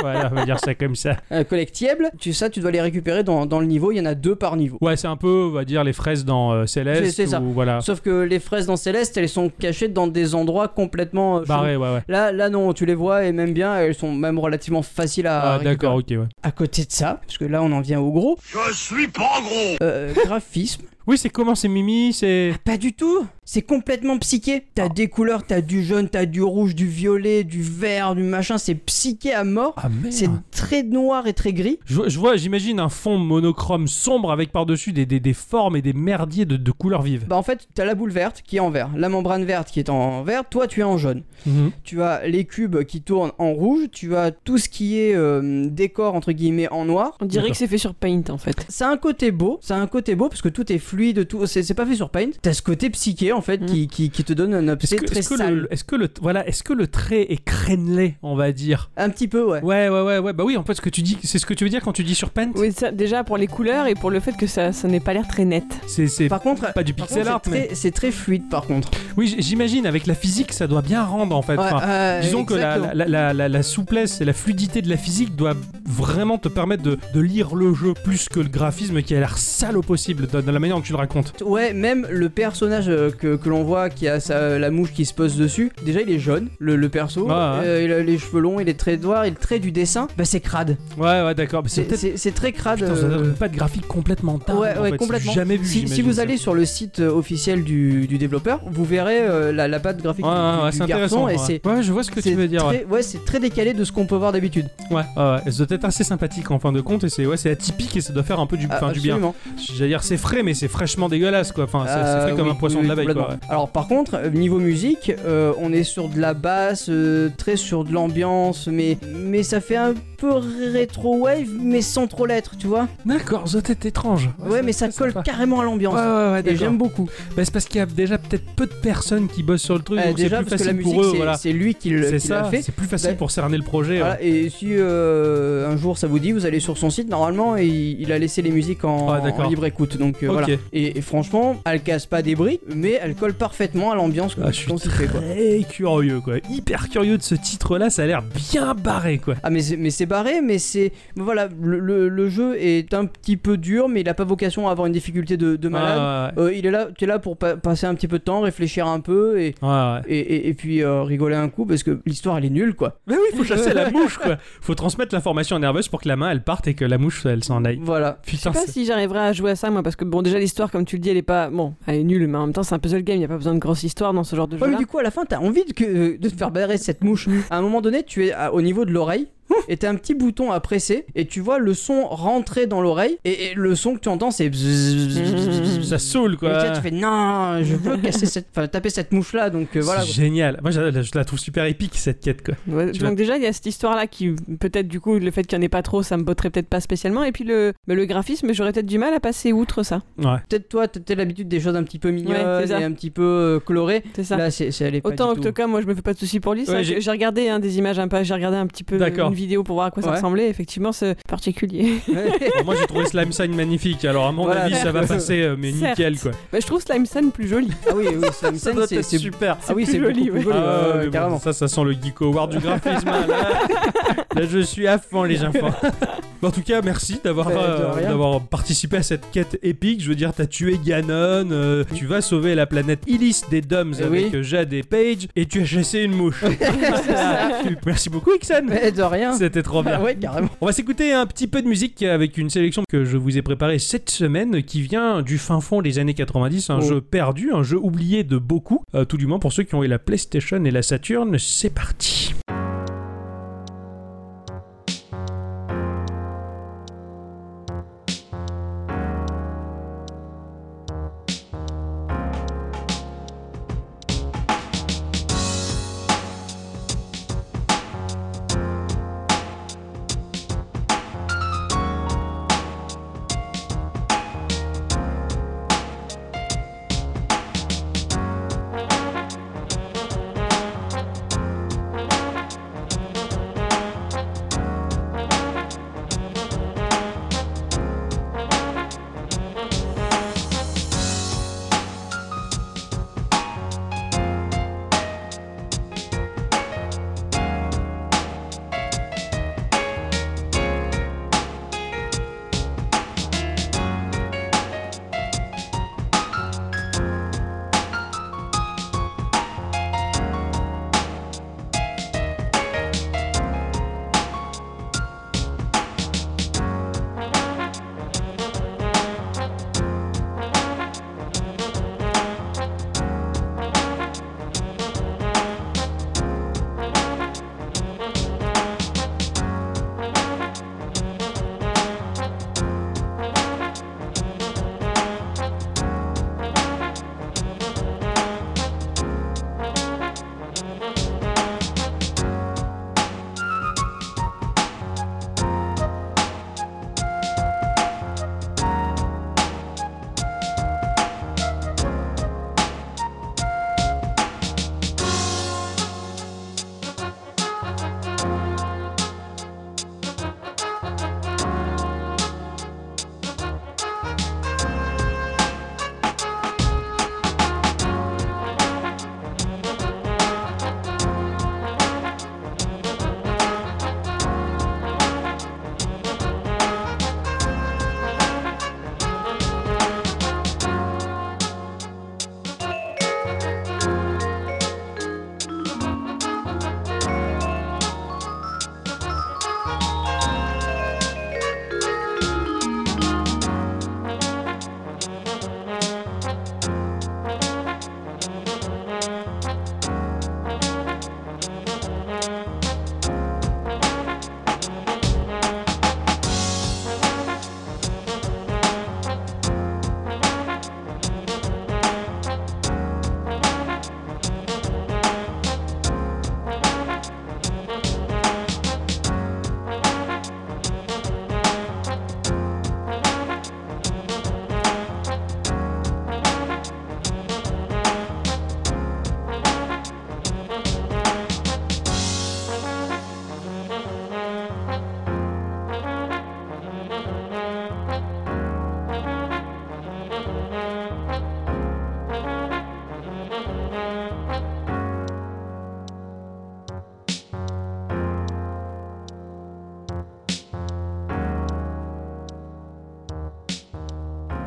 Speaker 1: voilà, on va dire ça comme ça.
Speaker 2: Euh, collectible, tu, ça, tu dois les récupérer dans, dans le niveau, il y en a deux par niveau.
Speaker 1: Ouais, c'est un peu, on va dire, les fraises dans euh, Céleste.
Speaker 2: C'est- c'est ça.
Speaker 1: Ou, voilà.
Speaker 2: Sauf que les fraises dans Céleste, elles sont cachées dans des endroits complètement... euh, chelous.
Speaker 1: Barré, ouais, ouais.
Speaker 2: Là, là non, tu les vois et même bien, elles sont même relativement faciles à.
Speaker 1: Ah,
Speaker 2: récupérer.
Speaker 1: d'accord, ok, ouais.
Speaker 2: À côté de ça, parce que là on en vient au gros,
Speaker 4: Je suis pas gros
Speaker 2: euh, graphisme,
Speaker 1: Oui, c'est comment c'est Mimi, c'est.
Speaker 2: pas du tout. C'est complètement psyché.
Speaker 1: Ah.
Speaker 2: T'as des couleurs, t'as du jaune, t'as du rouge, du violet, du vert, du machin. C'est psyché à mort.
Speaker 1: Ah merde.
Speaker 2: C'est très noir et très gris.
Speaker 1: Je, je vois, j'imagine un fond monochrome sombre avec par-dessus des, des, des formes et des merdiers de, de couleurs vives.
Speaker 2: Bah en fait, t'as la boule verte qui est en vert, la membrane verte qui est en vert. Toi, tu es en jaune.
Speaker 1: Mhm.
Speaker 2: Tu as les cubes qui tournent en rouge. Tu as tout ce qui est euh, décor entre guillemets en noir.
Speaker 3: On dirait
Speaker 1: D'accord.
Speaker 3: que c'est fait sur Paint en fait.
Speaker 2: Ça a un côté beau, ça a un côté beau parce que tout est fluide, tout c'est c'est pas fait sur Paint. T'as ce côté psyché en fait
Speaker 3: Mm.
Speaker 2: qui, qui, qui te donne un
Speaker 1: Est-ce
Speaker 2: objet
Speaker 1: que,
Speaker 2: très
Speaker 1: est-ce que
Speaker 2: sale.
Speaker 1: le, est-ce que le- voilà, est-ce que le trait est crénelé, on va dire
Speaker 2: Un petit peu ouais.
Speaker 1: Ouais, ouais, ouais, ouais. Bah oui, en fait, ce que tu dis, c'est ce que tu veux dire quand tu dis sur Paint.
Speaker 3: Oui, ça, déjà pour les couleurs et pour le fait que ça, ça n'ait pas l'air très net.
Speaker 1: C'est, c'est
Speaker 2: Par contre,
Speaker 1: pas du
Speaker 2: par
Speaker 1: pixel
Speaker 2: contre,
Speaker 1: art,
Speaker 2: c'est
Speaker 1: mais
Speaker 2: très- c'est très, fluide par contre.
Speaker 1: oui, j- j'imagine avec la physique, ça doit bien rendre en fait.
Speaker 2: Ouais,
Speaker 1: Enfin,
Speaker 2: euh,
Speaker 1: Disons que la,
Speaker 2: exactement.
Speaker 1: la- la- la- la souplesse et la fluidité de la physique doivent vraiment te permettre de, de lire le jeu plus que le graphisme qui a l'air sale au possible dans, dans la manière dont tu le racontes.
Speaker 2: Ouais, même le personnage euh, que, que l'on voit qui a sa- la mouche qui se pose dessus, déjà il est jaune, le, le perso,
Speaker 1: Ah, ouais.
Speaker 2: Euh, il a les cheveux longs, il est très noir, il est très du dessin, bah c'est crade.
Speaker 1: Ouais, ouais, d'accord. mais c'est
Speaker 2: C'est
Speaker 1: peut-être
Speaker 2: c'est- c'est très crade.
Speaker 1: Putain, ça
Speaker 2: euh,
Speaker 1: donne pas de graphique complètement dingue.
Speaker 2: Ouais,
Speaker 1: en
Speaker 2: ouais,
Speaker 1: fait.
Speaker 2: complètement.
Speaker 1: J'ai Jamais vu.
Speaker 2: Si, si
Speaker 1: j'imagine,
Speaker 2: vous
Speaker 1: ça.
Speaker 2: allez sur le site euh, officiel du, du développeur, vous verrez euh, la, la patte graphique
Speaker 1: Ouais,
Speaker 2: du-
Speaker 1: ouais,
Speaker 2: du,
Speaker 1: ouais,
Speaker 2: du
Speaker 1: c'est
Speaker 2: garçon
Speaker 1: intéressant.
Speaker 2: et
Speaker 1: ouais.
Speaker 2: c'est
Speaker 1: Ouais, je vois ce que tu
Speaker 2: c'est
Speaker 1: veux dire. Ouais,
Speaker 2: très- c'est très décalé de ce qu'on peut voir d'habitude.
Speaker 1: ouais, ouais. ouais. Ça doit être assez sympathique en fin de compte et c'est ouais, c'est atypique et ça doit faire un peu du,
Speaker 2: Ah,
Speaker 1: enfin, du bien.
Speaker 2: absolument.
Speaker 1: J'allais dire c'est frais, mais c'est fraîchement dégueulasse quoi. Enfin, c'est c'est
Speaker 2: Euh,
Speaker 1: frais comme
Speaker 2: oui,
Speaker 1: un poisson
Speaker 2: oui,
Speaker 1: de la veille quoi.
Speaker 2: complètement. Alors par contre, euh, niveau musique, euh, on est sur de la basse, euh, très sur de l'ambiance, mais mais ça fait un peu rétro wave, mais sans trop l'être, tu vois.
Speaker 1: ouais. D'accord, ça doit être étrange.
Speaker 2: Ouais, mais ça
Speaker 1: c'est
Speaker 2: colle
Speaker 1: sympa.
Speaker 2: carrément à
Speaker 1: Ouais,
Speaker 2: l'ambiance.
Speaker 1: ouais, ouais,
Speaker 2: Et
Speaker 1: d'accord.
Speaker 2: j'aime beaucoup.
Speaker 1: Bah, c'est parce qu'il y a déjà peut-être peu de personnes qui bossent sur le truc,
Speaker 2: Euh,
Speaker 1: donc c'est
Speaker 2: déjà
Speaker 1: plus
Speaker 2: parce que la
Speaker 1: facile
Speaker 2: musique,
Speaker 1: pour eux.
Speaker 2: c'est
Speaker 1: Voilà.
Speaker 2: c'est lui qui le-
Speaker 1: C'est
Speaker 2: qui l'a
Speaker 1: ça,
Speaker 2: fait.
Speaker 1: c'est plus facile
Speaker 2: Bah,
Speaker 1: pour cerner le projet. ouais.
Speaker 2: Voilà, et si euh, un jour ça vous dit, vous allez sur son site. Normalement, il, il a laissé les musiques en,
Speaker 1: Ah, d'accord.
Speaker 2: en libre écoute. Donc euh,
Speaker 1: Ok.
Speaker 2: voilà. Et, et franchement, elle casse pas des briques, mais elle colle parfaitement à l'ambiance qu'on
Speaker 1: Ah, je suis
Speaker 2: qu'on s'y fait, quoi.
Speaker 1: Très curieux, quoi. Hyper curieux de ce titre-là, ça a l'air bien barré, quoi.
Speaker 2: Ah mais c'est, mais c'est barré, mais c'est... Voilà, le, le- le jeu est un petit peu dur, mais il n'a pas vocation à avoir une difficulté de, de malade.
Speaker 1: Ouais,
Speaker 2: Euh, il est là, tu es là pour pa- passer un petit peu de temps, réfléchir un peu et,
Speaker 1: ouais, ouais, ouais.
Speaker 2: et, et- et puis euh, rigoler un coup parce que l'histoire elle est nulle quoi.
Speaker 1: Mais oui, faut chasser la mouche, quoi. Faut transmettre l'information nerveuse pour que la main, elle parte et que la mouche, elle s'en aille.
Speaker 2: Voilà.
Speaker 3: Je sais
Speaker 1: Putain,
Speaker 3: pas
Speaker 1: c'est-
Speaker 3: si j'arriverai à jouer à ça, moi, parce que bon, déjà l'histoire, comme tu le dis, elle est pas. Bon, elle est nulle, mais en même temps, c'est un puzzle game, y a pas besoin de grosse histoire dans ce genre de
Speaker 2: Ouais,
Speaker 3: jeu.
Speaker 2: mais du coup à la fin t'as envie de, que- euh, de te faire barrer cette mouche.
Speaker 1: Mm.
Speaker 2: À un moment donné tu es à- au niveau de l'oreille. Et t'as un petit bouton à presser et tu vois le son rentrer dans l'oreille et, et le son que tu entends c'est bzzz, bzzz, bzzz, bzzz, bzzz.
Speaker 1: ça saoule,
Speaker 2: Et
Speaker 1: quoi.
Speaker 2: là, tu fais non je veux casser cette enfin, taper cette mouche là donc euh, voilà
Speaker 1: C'est
Speaker 2: quoi.
Speaker 1: génial. Moi, je, je la trouve super épique, cette quête, quoi.
Speaker 3: Ouais,
Speaker 1: Tu
Speaker 3: donc
Speaker 1: vas-
Speaker 3: déjà il y a cette histoire là qui peut-être du coup le fait qu'il n'y en ait pas trop ça me botterait peut-être pas spécialement et puis le, mais le graphisme j'aurais peut-être du mal à passer outre ça
Speaker 1: Ouais.
Speaker 2: peut-être toi t'as peut-être l'habitude des choses un petit peu
Speaker 3: Ouais,
Speaker 2: mignonnes
Speaker 3: c'est ça.
Speaker 2: et un petit peu euh, colorées
Speaker 3: c'est ça
Speaker 2: là c'est c'est- elle est pas
Speaker 3: autant
Speaker 2: du tout.
Speaker 3: Octocom moi je me fais pas de soucis pour lui c'est
Speaker 1: Ouais,
Speaker 3: vrai
Speaker 1: j'ai-
Speaker 3: que j'ai regardé hein, des images un peu j'ai regardé un petit peu
Speaker 1: D'accord.
Speaker 3: une vidéo pour voir à quoi ça
Speaker 2: Ouais.
Speaker 3: ressemblait effectivement c'est particulier
Speaker 1: Bon, moi, j'ai trouvé Slime Sign magnifique. Alors, à mon
Speaker 2: Voilà.
Speaker 1: avis, ça va passer, euh, mais
Speaker 3: Certes.
Speaker 1: nickel, quoi.
Speaker 3: mais je trouve Slime Sun plus joli
Speaker 2: ah oui oui Slime
Speaker 1: Ça
Speaker 2: Sen,
Speaker 1: doit
Speaker 2: c'est-
Speaker 1: être
Speaker 2: c'est
Speaker 1: super.
Speaker 2: ah oui
Speaker 3: plus
Speaker 2: c'est beaucoup
Speaker 3: joli,
Speaker 2: plus
Speaker 3: ouais.
Speaker 2: joli,
Speaker 1: Ah,
Speaker 2: ouais,
Speaker 1: mais bon,
Speaker 2: carrément
Speaker 1: ça, ça sent le Geek Award du graphisme. hein, là. Là, je suis à fond, les enfants. Bon, en tout cas, merci d'avoir
Speaker 2: Ben, de
Speaker 1: euh,
Speaker 2: rien.
Speaker 1: d'avoir participé à cette quête épique. Je veux dire, t'as tué Ganon, euh, tu vas sauver la planète Illis des Dums
Speaker 2: Eh
Speaker 1: avec
Speaker 2: oui.
Speaker 1: euh, Jade et Paige, et tu as chassé une mouche. merci beaucoup, Ixon.
Speaker 2: Mais Ben, de rien
Speaker 1: C'était trop bien.
Speaker 2: Ah ouais carrément
Speaker 1: On va s'écouter un petit peu de musique avec une sélection que je vous ai préparée cette semaine qui vient du fin fond des années 90, un
Speaker 2: Oh.
Speaker 1: jeu perdu, un jeu oublié de beaucoup, euh, tout du moins pour ceux qui ont eu la PlayStation et la Saturn. C'est parti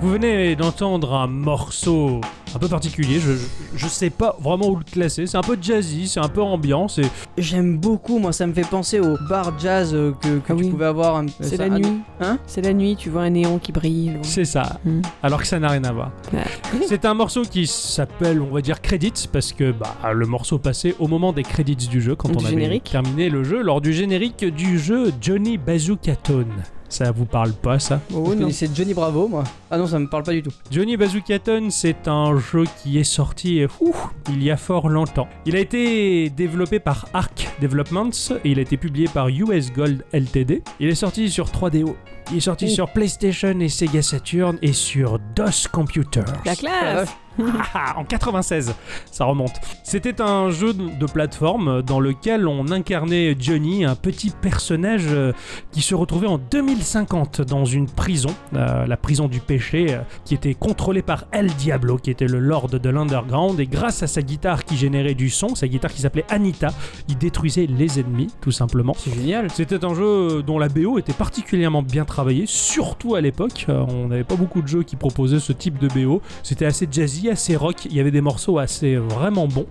Speaker 1: Vous venez d'entendre un morceau un peu particulier, je, je, je sais pas vraiment où le classer, c'est un peu jazzy, c'est un peu ambiant, c'est...
Speaker 2: J'aime beaucoup, moi ça me fait penser au bar jazz euh, que, que
Speaker 3: Ah
Speaker 2: tu
Speaker 3: oui.
Speaker 2: pouvais avoir. un- euh,
Speaker 3: C'est
Speaker 2: ça-
Speaker 3: la nuit.
Speaker 2: Hein
Speaker 3: C'est la nuit, tu vois un néon qui brille. loin.
Speaker 1: C'est ça,
Speaker 3: Mm.
Speaker 1: alors que ça n'a rien à voir.
Speaker 3: Ouais.
Speaker 1: C'est un morceau qui s'appelle, on va dire, Credits, parce que bah, le morceau passait au moment des credits du jeu, quand
Speaker 3: Du
Speaker 1: on avait
Speaker 3: générique.
Speaker 1: terminé le jeu, lors du générique du jeu Johnny Bazookaton. Ça vous parle pas, ça
Speaker 3: Oh,
Speaker 2: Je
Speaker 3: non.
Speaker 2: connaissais Johnny Bravo, moi. Ah non, ça me parle pas du tout.
Speaker 1: Johnny Bazookaton, c'est un jeu qui est sorti euh, ouh, il y a fort longtemps. Il a été développé par Arc Developments et il a été publié par US Gold Ltd. Il est sorti sur 3DO. Il est sorti
Speaker 3: Oh.
Speaker 2: Ouh.
Speaker 1: sur PlayStation et Sega Saturn et sur DOS Computers.
Speaker 3: La classe
Speaker 1: Ah, en 96, ça remonte. C'était un jeu de de plateforme euh, dans lequel on incarnait Johnny, un petit personnage euh, qui se retrouvait en 2050 dans une prison, euh, la prison du péché, euh, qui était contrôlée par El Diablo, qui était le lord de l'underground, et grâce à sa guitare qui générait du son, sa guitare qui s'appelait Anita, il détruisait les ennemis, tout simplement.
Speaker 2: C'est génial.
Speaker 1: C'était un jeu euh, dont la BO était particulièrement bien travaillée, surtout à l'époque. Euh, on n'avait pas beaucoup de jeux qui proposaient ce type de BO. C'était assez jazzy, assez rock. Il y avait des morceaux assez vraiment bons,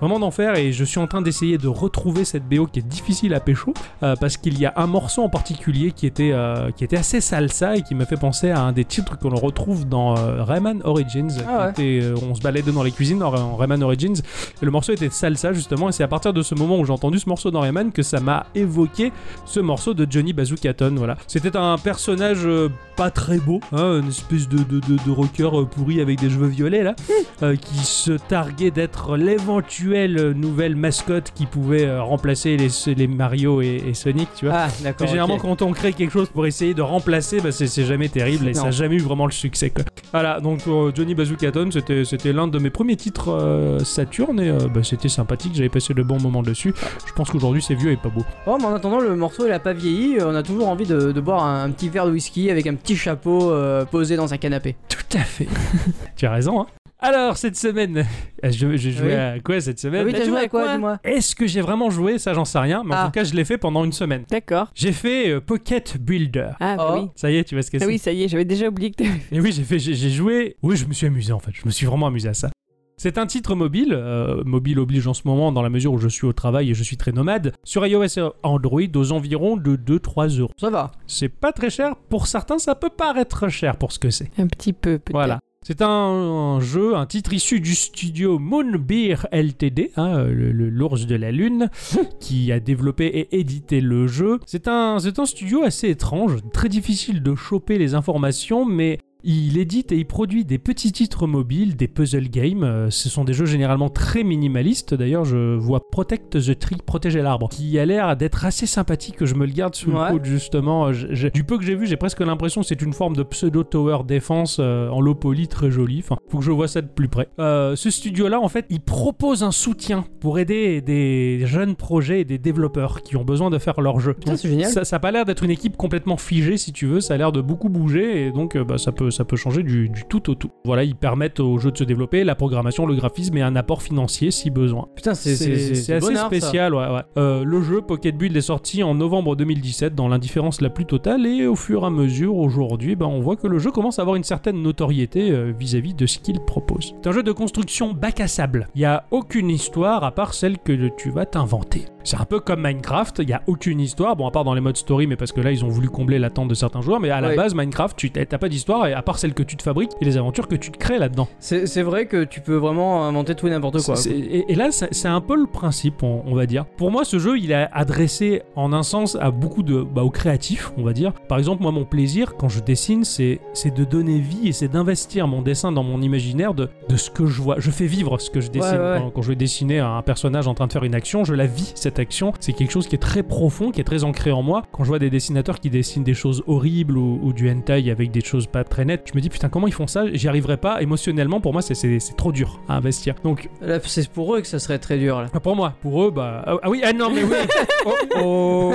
Speaker 1: vraiment d'enfer. Et je suis en train d'essayer de retrouver cette BO qui est difficile à pécho euh, parce qu'il y a un morceau en particulier qui était euh, qui était assez salsa et qui m'a fait penser à un des titres que l'on retrouve dans euh, Rayman Origins.
Speaker 2: Ah
Speaker 1: qui était, euh, on se baladait dans les cuisines en, en Rayman Origins et le morceau était salsa justement. Et c'est à partir de ce moment où j'ai entendu ce morceau dans Rayman que ça m'a évoqué ce morceau de Johnny Bazookaton. Voilà. C'était un personnage euh, pas très beau, hein, une espèce de, de, de- de rocker euh, pourri avec des cheveux violets là,
Speaker 2: Hmm.
Speaker 1: euh, qui se targuait d'être l'éventuelle euh, nouvelle mascotte qui pouvait euh, remplacer les, les Mario et, et Sonic, tu vois.
Speaker 2: Ah,
Speaker 1: Mais
Speaker 2: d'accord.
Speaker 1: généralement,
Speaker 2: ok.
Speaker 1: quand on crée quelque chose pour essayer de remplacer, bah, c'est c'est jamais terrible et
Speaker 2: Non.
Speaker 1: ça n'a jamais eu vraiment le succès. Quoi. Voilà, donc euh, Johnny Bazookaton, c'était c'était l'un de mes premiers titres euh, Saturn et euh, bah, c'était sympathique, j'avais passé le bon moment dessus. Je pense qu'aujourd'hui, c'est vieux et pas beau.
Speaker 2: Oh, mais en attendant, le morceau il a pas vieilli. euh, On a toujours envie de, de boire un, un petit verre de whisky avec un petit chapeau euh, posé dans un canapé.
Speaker 1: Tout à fait. tu as raison. Hein Alors, cette semaine, euh, je- j'ai joué
Speaker 2: Oui.
Speaker 1: à quoi cette semaine Bah,
Speaker 2: oui,
Speaker 3: Ah t'as joué à quoi
Speaker 2: dis-moi
Speaker 1: Est-ce que j'ai vraiment joué Ça, j'en sais rien, mais en
Speaker 2: Ah.
Speaker 1: tout cas, je l'ai fait pendant une semaine.
Speaker 3: D'accord.
Speaker 1: J'ai fait euh, Pocket Builder.
Speaker 3: Ah bah
Speaker 2: Oh.
Speaker 3: oui.
Speaker 1: Ça y est, tu vois ce que
Speaker 3: Ah
Speaker 1: c'est
Speaker 3: oui, ça y est, j'avais déjà oublié que t'avais fait.
Speaker 1: Et oui, j'ai fait, j'ai j'ai joué. Oui, je me suis amusé en fait. Je me suis vraiment amusé à ça. C'est un titre mobile, euh, mobile oblige en ce moment dans la mesure où je suis au travail et je suis très nomade, sur iOS et Android aux environs de 2-3 euros.
Speaker 2: Ça va.
Speaker 1: C'est pas très cher, pour certains ça peut paraître cher pour ce que c'est.
Speaker 3: un petit peu peut-être.
Speaker 1: Voilà. C'est un, un jeu, un titre issu du studio Moonbeer Ltd, hein, euh, le- le- l'ours de la lune, qui a développé et édité le jeu. C'est un, c'est un studio assez étrange, très difficile de choper les informations, mais il édite et il produit des petits titres mobiles, des puzzle games. Euh, Ce sont des jeux généralement très minimalistes. D'ailleurs, je vois Protect the Tree, protéger l'arbre, qui a l'air d'être assez sympathique. Je me le garde sous
Speaker 2: Ouais.
Speaker 1: le coude justement. Euh, j- j'ai- du peu que j'ai vu, j'ai presque l'impression que c'est une forme de pseudo tower défense euh, en low poly très joli. Enfin, faut que je vois ça de plus près. Euh, ce studio-là, en fait, il propose un soutien pour aider des jeunes projets et des développeurs qui ont besoin de faire leur jeu.
Speaker 2: Putain, c'est génial.
Speaker 1: Ça, ça a pas l'air d'être une équipe complètement figée, si tu veux. Ça a l'air de beaucoup bouger et donc euh, bah, ça, peut, ça peut changer du, du tout au tout. Voilà, ils permettent au jeu de se développer, la programmation, le graphisme et un apport financier si besoin.
Speaker 2: Putain, c'est c'est- c'est-
Speaker 1: C'est
Speaker 2: c'est
Speaker 1: assez
Speaker 2: bonheur, ça.
Speaker 1: spécial, ouais, ouais. Euh, le jeu Pocket Build est sorti en novembre 2017 dans l'indifférence la plus totale et au fur et à mesure aujourd'hui, ben, on voit que le jeu commence à avoir une certaine notoriété euh, vis-à-vis de ce qu'il propose. C'est un jeu de construction bac à sable. Il n'y a aucune histoire à part celle que tu vas t'inventer. C'est un peu comme Minecraft, il n'y a aucune histoire, bon à part dans les modes story, mais parce que là ils ont voulu combler l'attente de certains joueurs, mais à la
Speaker 2: Ouais.
Speaker 1: base Minecraft, tu t'as pas d'histoire et à part celle que tu te fabriques et les aventures que tu te crées là-dedans.
Speaker 2: C'est c'est vrai que tu peux vraiment inventer tout et n'importe quoi.
Speaker 1: C'est- c'est- Et, et là, c'est c'est un peu le principe, on, on va dire. Pour moi, ce jeu, il est adressé en un sens à beaucoup de, bah, aux créatifs, on va dire. Par exemple, moi, mon plaisir quand je dessine, c'est c'est de donner vie et c'est d'investir mon dessin dans mon imaginaire de, de ce que je vois. Je fais vivre ce que je dessine.
Speaker 2: Ouais, ouais, ouais.
Speaker 1: Quand, quand je vais dessiner un personnage en train de faire une action, je la vis cette action. C'est quelque chose qui est très profond, qui est très ancré en moi. Quand je vois des dessinateurs qui dessinent des choses horribles ou, ou du hentai avec des choses pas très nettes, je me dis putain comment ils font ça J'y arriverai pas émotionnellement. Pour moi, c'est- c'est c'est trop dur à investir. Donc
Speaker 2: Là, c'est pour eux que ça serait très dur là.
Speaker 1: ah, Pour moi, pour eux, bah. Ah, ah oui, ah non, mais oui Oh, oh.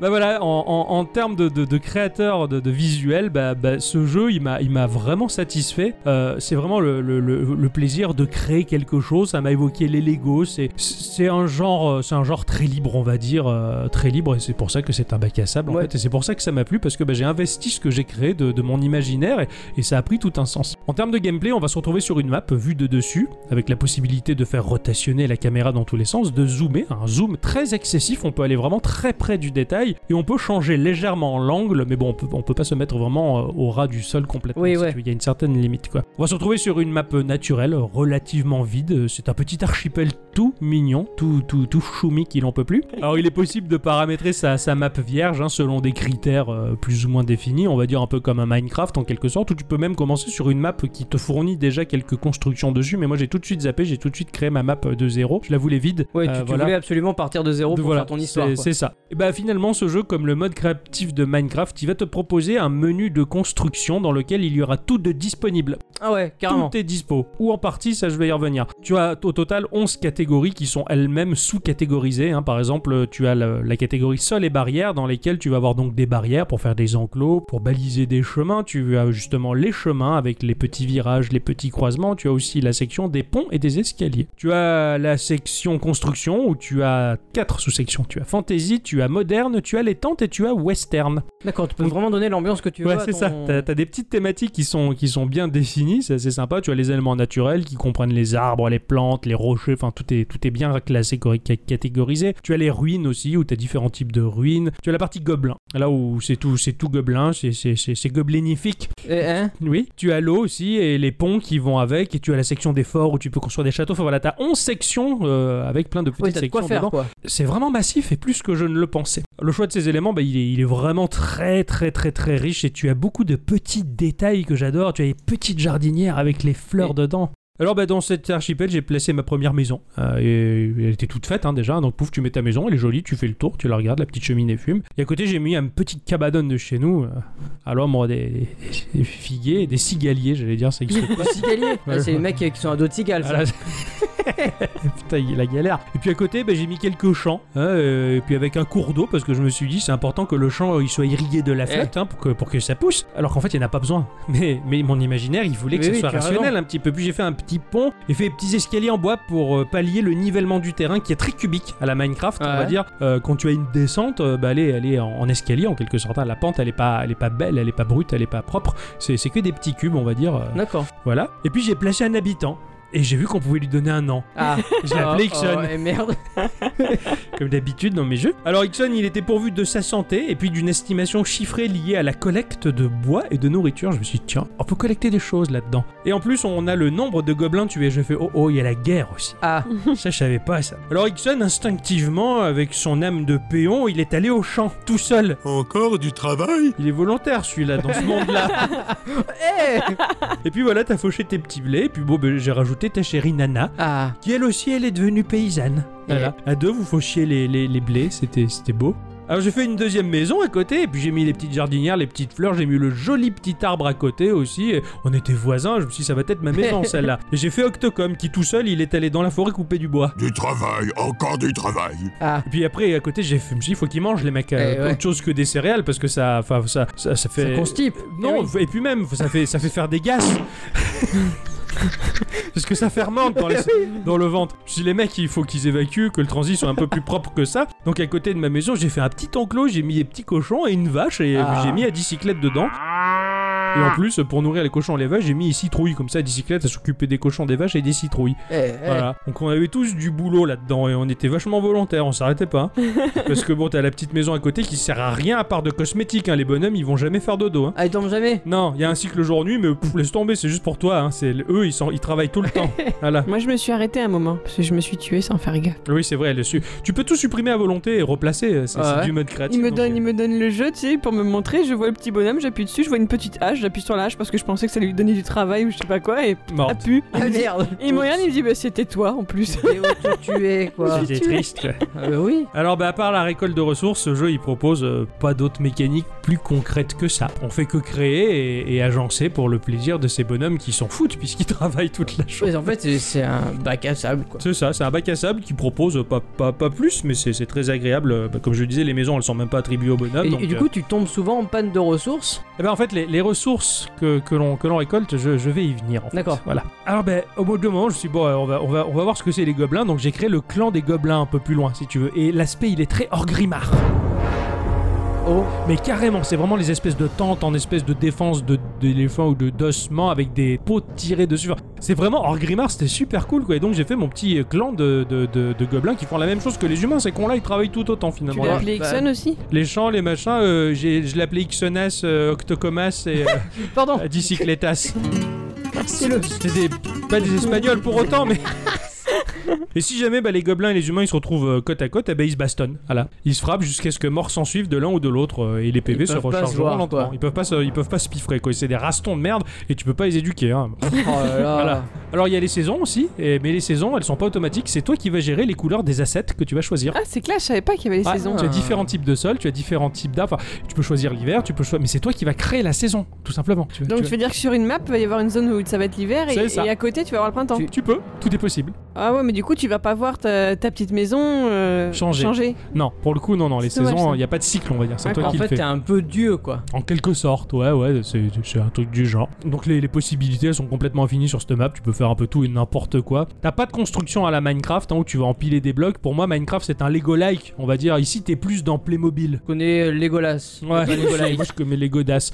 Speaker 1: Bah voilà, en, en- en termes de, de, de créateur de, de visuel, bah, bah, ce jeu, il m'a il m'a vraiment satisfait. Euh, c'est vraiment le, le- le- le plaisir de créer quelque chose. Ça m'a évoqué les Lego. C'est c'est un genre, euh, c'est un genre très libre, on va dire, euh, très libre, et c'est pour ça que c'est un bac à sable en
Speaker 2: Ouais.
Speaker 1: fait, et c'est pour ça que ça m'a plu parce que bah, j'ai investi ce que j'ai créé de, de mon imaginaire et, et ça a pris tout un sens. En termes de gameplay, on va se retrouver sur une map vue de dessus, avec la possibilité de faire rotationner la caméra dans tous les sens, de zoomer, un zoom très excessif, on peut aller vraiment très près du détail et on peut changer légèrement l'angle, mais bon, on peut, on peut pas se mettre vraiment euh, au ras du sol complètement.
Speaker 2: Oui,
Speaker 1: si
Speaker 2: ouais.
Speaker 1: tu veux, Il y a une certaine limite quoi. On va se retrouver sur une map naturelle relativement vide. C'est un petit archipel tout mignon, tout tout tout choumi qu'il en peut plus. Alors il est possible de paramétrer sa, sa map vierge hein, selon des critères euh, plus ou moins définis. On va dire un peu comme un Minecraft en quelque sorte. Ou tu peux même commencer sur une map qui te fournit déjà quelques constructions dessus. Mais moi j'ai tout de suite zappé, j'ai tout de suite créé ma map de zéro. Je la voulais vide.
Speaker 2: Ouais, tu,
Speaker 1: Euh,
Speaker 2: tu
Speaker 1: voilà.
Speaker 2: voulais absolument partir de zéro pour
Speaker 1: Voilà,
Speaker 2: faire ton histoire.
Speaker 1: c'est-
Speaker 2: quoi.
Speaker 1: C'est ça. Et bah finalement, ce jeu, comme le mode créatif de Minecraft, il va te proposer un menu de construction dans lequel il y aura tout de disponible.
Speaker 2: Ah ouais, carrément.
Speaker 1: Tout est dispo. Ou en partie, ça je vais y revenir. Tu as au total 11 catégories qui sont elles-mêmes sous-catégorisées. hein. Par exemple, tu as le- la catégorie sol et barrières dans lesquelles tu vas avoir donc des barrières pour faire des enclos, pour baliser des chemins. Tu as justement les chemins avec les petits virages, les petits croisements. Tu as aussi la section des ponts et des escaliers. Tu as la section construction où tu as quatre sous-sections. Tu as fantasy, tu as moderne, tu as les tentes et tu as western.
Speaker 2: D'accord, tu peux vraiment donner l'ambiance que tu veux.
Speaker 1: Ouais,
Speaker 2: à
Speaker 1: c'est
Speaker 2: ton-
Speaker 1: ça. T'as, t'as des petites thématiques qui sont, qui sont bien définies, c'est assez sympa. Tu as les éléments naturels qui comprennent les arbres, les plantes, les rochers, enfin tout est, tout est bien classé, corré- ca- catégorisé. Tu as les ruines aussi, où t'as différents types de ruines. Tu as la partie gobelin, là où c'est tout, c'est tout gobelin, c'est, c'est, c'est, c'est gobelinifique.
Speaker 2: Eh, hein
Speaker 1: Oui. Tu as l'eau aussi et les ponts qui vont avec, et tu as la section des forts où tu peux construire des châteaux. Enfin voilà, t'as 11 sections euh, avec plein de petites
Speaker 2: Ouais, t'as de
Speaker 1: sections
Speaker 2: quoi faire,
Speaker 1: dedans
Speaker 2: quoi.
Speaker 1: c'est vraiment massif et plus que je ne le pensais. Le choix de ces éléments, bah, il, est, il est vraiment très très très très riche et tu as beaucoup de petits détails que j'adore. Tu as les petites jardinières avec les fleurs
Speaker 2: Oui.
Speaker 1: dedans. Alors bah, dans cet archipel, j'ai placé ma première maison. Euh, et elle était toute faite hein, déjà, donc pouf, tu mets ta maison, elle est jolie, tu fais le tour, tu la regardes, la petite cheminée fume. Et à côté, j'ai mis un petit cabanon de chez nous, euh, à l'ombre des, des- des figuiers, des cigaliers, j'allais dire, c'est existe
Speaker 2: Des cigaliers. Ah, c'est les mecs qui sont à dos de cigales. ça.
Speaker 1: ah là, Putain, il- la galère. Et puis à côté, bah, j'ai mis quelques champs. hein, euh, et puis avec un cours d'eau, parce que je me suis dit, c'est important que le champ euh, il soit irrigué
Speaker 2: Eh.
Speaker 1: de la flotte hein, pour, que, pour que ça pousse. Alors qu'en fait, il n'y en a pas besoin. Mais, mais mon imaginaire, il voulait que
Speaker 2: Oui,
Speaker 1: ça
Speaker 2: oui,
Speaker 1: soit
Speaker 2: tu as
Speaker 1: rationnel
Speaker 2: raison.
Speaker 1: un petit peu. Puis j'ai fait un petit pont et fait des petits escaliers en bois pour euh, pallier le nivellement du terrain qui est très cubique à la Minecraft, on va
Speaker 2: Ouais.
Speaker 1: dire. Euh, quand tu as une descente, euh, bah, elle, est, elle est en, en escalier en quelque sorte. hein. La pente, elle est pas, elle est pas belle, elle est pas brute, elle est pas propre. C'est c'est que des petits cubes, on va dire. euh,
Speaker 2: D'accord.
Speaker 1: voilà. Et puis j'ai placé un habitant. Et j'ai vu qu'on pouvait lui donner un an.
Speaker 2: Ah,
Speaker 1: Je l'ai appelé
Speaker 2: Oh,
Speaker 1: Ixon,
Speaker 2: oh, et merde.
Speaker 1: comme d'habitude dans mes jeux. Alors Ixon, il était pourvu de sa santé et puis d'une estimation chiffrée liée à la collecte de bois et de nourriture. Je me suis dit, tiens, on peut collecter des choses là-dedans. Et en plus, on a le nombre de gobelins tués. Je fais, oh oh, il y a la guerre aussi.
Speaker 2: Ah,
Speaker 1: Ça, je savais pas ça. Alors Ixon, instinctivement, avec son âme de péon, il est allé au champ, tout seul.
Speaker 4: Encore du travail
Speaker 1: Il est volontaire, celui-là, dans ce monde-là.
Speaker 2: eh
Speaker 1: et puis voilà, t'as fauché tes petits blés. Et puis bon, ben, j'ai rajouté ta chérie Nana.
Speaker 2: Ah,
Speaker 1: qui elle aussi elle est devenue paysanne.
Speaker 2: Et-
Speaker 1: Voilà. À deux, vous fauchiez les, les, les blés, c'était c'était beau. Alors j'ai fait une deuxième maison à côté, et puis j'ai mis les petites jardinières, les petites fleurs, j'ai mis le joli petit arbre à côté aussi. et on était voisins, je me suis dit ça va être ma maison celle-là. Et j'ai fait Octocom qui tout seul il est allé dans la forêt couper du bois.
Speaker 4: Du travail, encore du travail.
Speaker 2: ah.
Speaker 1: Et puis après à côté j'ai fait, je me suis dit, il faut qu'ils mangent les mecs, euh,
Speaker 2: Eh ouais.
Speaker 1: autre chose que des céréales parce que ça, enfin ça, ça, ça fait.
Speaker 2: Ça constipe.
Speaker 1: Non,
Speaker 2: Eh oui.
Speaker 1: et puis même, ça fait, ça fait faire des gaz. Parce que ça fermente dans, les-
Speaker 2: Eh
Speaker 1: dans le ventre. Si les mecs, il faut qu'ils évacuent, que le transit soit un peu plus propre que ça. Donc à côté de ma maison, j'ai fait un petit enclos, j'ai mis des petits cochons et une vache et
Speaker 2: Ah.
Speaker 1: j'ai mis la bicyclette dedans. Et en plus, pour nourrir les cochons et les vaches, j'ai mis les citrouilles. Comme ça, la bicyclette, elle s'occupait des cochons, des vaches et des citrouilles.
Speaker 2: Eh, eh.
Speaker 1: Voilà. Donc on avait tous du boulot là-dedans et on était vachement volontaires, on s'arrêtait pas. hein. Parce que bon, t'as la petite maison à côté qui sert à rien à part de cosmétiques. hein. Les bonhommes, ils vont jamais faire dodo. Hein.
Speaker 2: Ah, ils tombent jamais.
Speaker 1: Non, il y a un cycle jour-nuit, mais pff, laisse tomber, c'est juste pour toi. hein. C'est eux, ils, sont, ils travaillent tout le temps. Voilà.
Speaker 3: Moi, je me suis arrêtée un moment parce que je me suis tuée sans faire gaffe.
Speaker 1: Oui, c'est vrai. Le su- Tu peux tout supprimer à volonté et replacer. C'est
Speaker 2: Ouais,
Speaker 1: c'est
Speaker 2: ouais.
Speaker 1: du mode créatif.
Speaker 3: Il me
Speaker 1: donc,
Speaker 3: donne,
Speaker 1: euh,
Speaker 3: il me donne le jeu, tu sais, pour me montrer. Je vois le petit bonhomme, j'appuie dessus, je vois une petite hache, j'appuie sur la hache parce que je pensais que ça lui donnait du travail ou je sais pas quoi et
Speaker 1: morte.
Speaker 3: a pu.
Speaker 2: Ah, merde.
Speaker 3: Et il me regarde, il me dit bah c'était toi en plus.
Speaker 2: tu es, quoi.
Speaker 1: C'était triste. quoi.
Speaker 2: Ah, bah oui.
Speaker 1: Alors, bah, à part la récolte de ressources, ce jeu il propose euh, pas d'autres mécaniques plus concrètes que ça. On fait que créer et, et agencer pour le plaisir de ces bonhommes qui s'en foutent puisqu'ils travaillent toute la journée.
Speaker 2: Mais en fait, c'est- c'est un bac à sable, quoi.
Speaker 1: C'est ça, c'est un bac à sable qui propose pas, pas, pas plus, mais c'est c'est très agréable. Euh, bah, comme je le disais, les maisons elles sont même pas attribuées aux bonhommes.
Speaker 2: Et,
Speaker 1: Ah, donc,
Speaker 2: et du
Speaker 1: euh,
Speaker 2: coup, tu tombes souvent en panne de ressources.
Speaker 1: Eh ben, en fait, les, les ressources que, que l'on que l'on récolte, je, je vais y venir. en fait.
Speaker 2: D'accord.
Speaker 1: Voilà. Alors, ben, au bout de moment, je me suis dit, bon, euh, on va, on, va, on va voir ce que c'est les gobelins. Donc, j'ai créé le clan des gobelins un peu plus loin, si tu veux. Et l'aspect, il est très hors grimard.
Speaker 2: Oh.
Speaker 1: Mais carrément, c'est vraiment les espèces de tentes en espèces de défense de- d'éléphants ou de d'ossements avec des pots tirés dessus. Enfin, C'est vraiment hors grimard, c'était super cool quoi. Et donc j'ai fait mon petit clan de, de, de- de gobelins qui font la même chose que les humains, c'est qu'on là ils travaillent tout autant
Speaker 3: Tu
Speaker 1: finalement.
Speaker 3: l'as
Speaker 2: Voilà.
Speaker 3: appelé Ixon aussi
Speaker 1: Les champs, les machins, euh, j'ai- je l'appelais Ixonas, euh, Octocomas et euh,
Speaker 2: Pardon.
Speaker 1: Dicycletas.
Speaker 2: C'est le.
Speaker 1: C'était des- pas des Espagnols pour autant, mais. Et si jamais bah, les gobelins et les humains ils se retrouvent euh, côte à côte, eh ben, ils se bastonnent. Voilà. Ils se frappent jusqu'à ce que mort s'en suive de l'un ou de l'autre euh, et les PV
Speaker 2: Ils
Speaker 1: se
Speaker 2: peuvent pas
Speaker 1: rechargent
Speaker 2: se voir,
Speaker 1: lentement.
Speaker 2: quoi.
Speaker 1: Ils peuvent pas se, ils peuvent pas se piffrer quoi. C'est des rastons de merde et tu peux pas les éduquer. hein.
Speaker 2: Oh là là.
Speaker 1: Voilà. Alors il y a les saisons aussi, et- mais les saisons elles sont pas automatiques. C'est toi qui vas gérer les couleurs des assets que tu vas choisir.
Speaker 3: Ah, c'est clair, je savais pas qu'il y avait les
Speaker 1: Ouais,
Speaker 3: saisons.
Speaker 1: Tu as différents types de sols, tu as différents types d'arbres. Enfin, tu peux choisir l'hiver, tu peux choisir, mais c'est toi qui vas créer la saison, tout simplement. Tu vas-
Speaker 3: Donc
Speaker 1: tu vas-
Speaker 3: tu veux dire que sur une map, il va y avoir une zone où ça va être l'hiver et,
Speaker 1: C'est ça.
Speaker 3: et à côté, tu vas avoir le printemps.
Speaker 2: Tu-
Speaker 1: tu peux, tout est possible.
Speaker 3: Ah ouais, mais du coup, tu vas pas voir ta, ta petite maison euh,
Speaker 1: Changer. Non, pour le coup, non, non, les
Speaker 3: C'est dommage,
Speaker 1: saisons,
Speaker 3: ça.
Speaker 1: il n'y a pas de cycle, on va dire. C'est toi
Speaker 3: D'accord.
Speaker 2: En
Speaker 1: qui le
Speaker 2: fait,
Speaker 1: fais.
Speaker 2: t'es un peu dieu, quoi.
Speaker 1: En quelque sorte, ouais, ouais, c'est c'est un truc du genre. Donc les, les possibilités, elles sont complètement infinies sur cette map. Tu peux faire un peu tout et n'importe quoi. T'as pas de construction à la Minecraft hein, où tu vas empiler des blocs. Pour moi, Minecraft, c'est un Lego-like, on va dire. Ici, t'es plus dans Playmobil.
Speaker 2: Je connais Legolas.
Speaker 1: Ouais,
Speaker 2: Pas Legolas.
Speaker 1: moi je connais les godasses.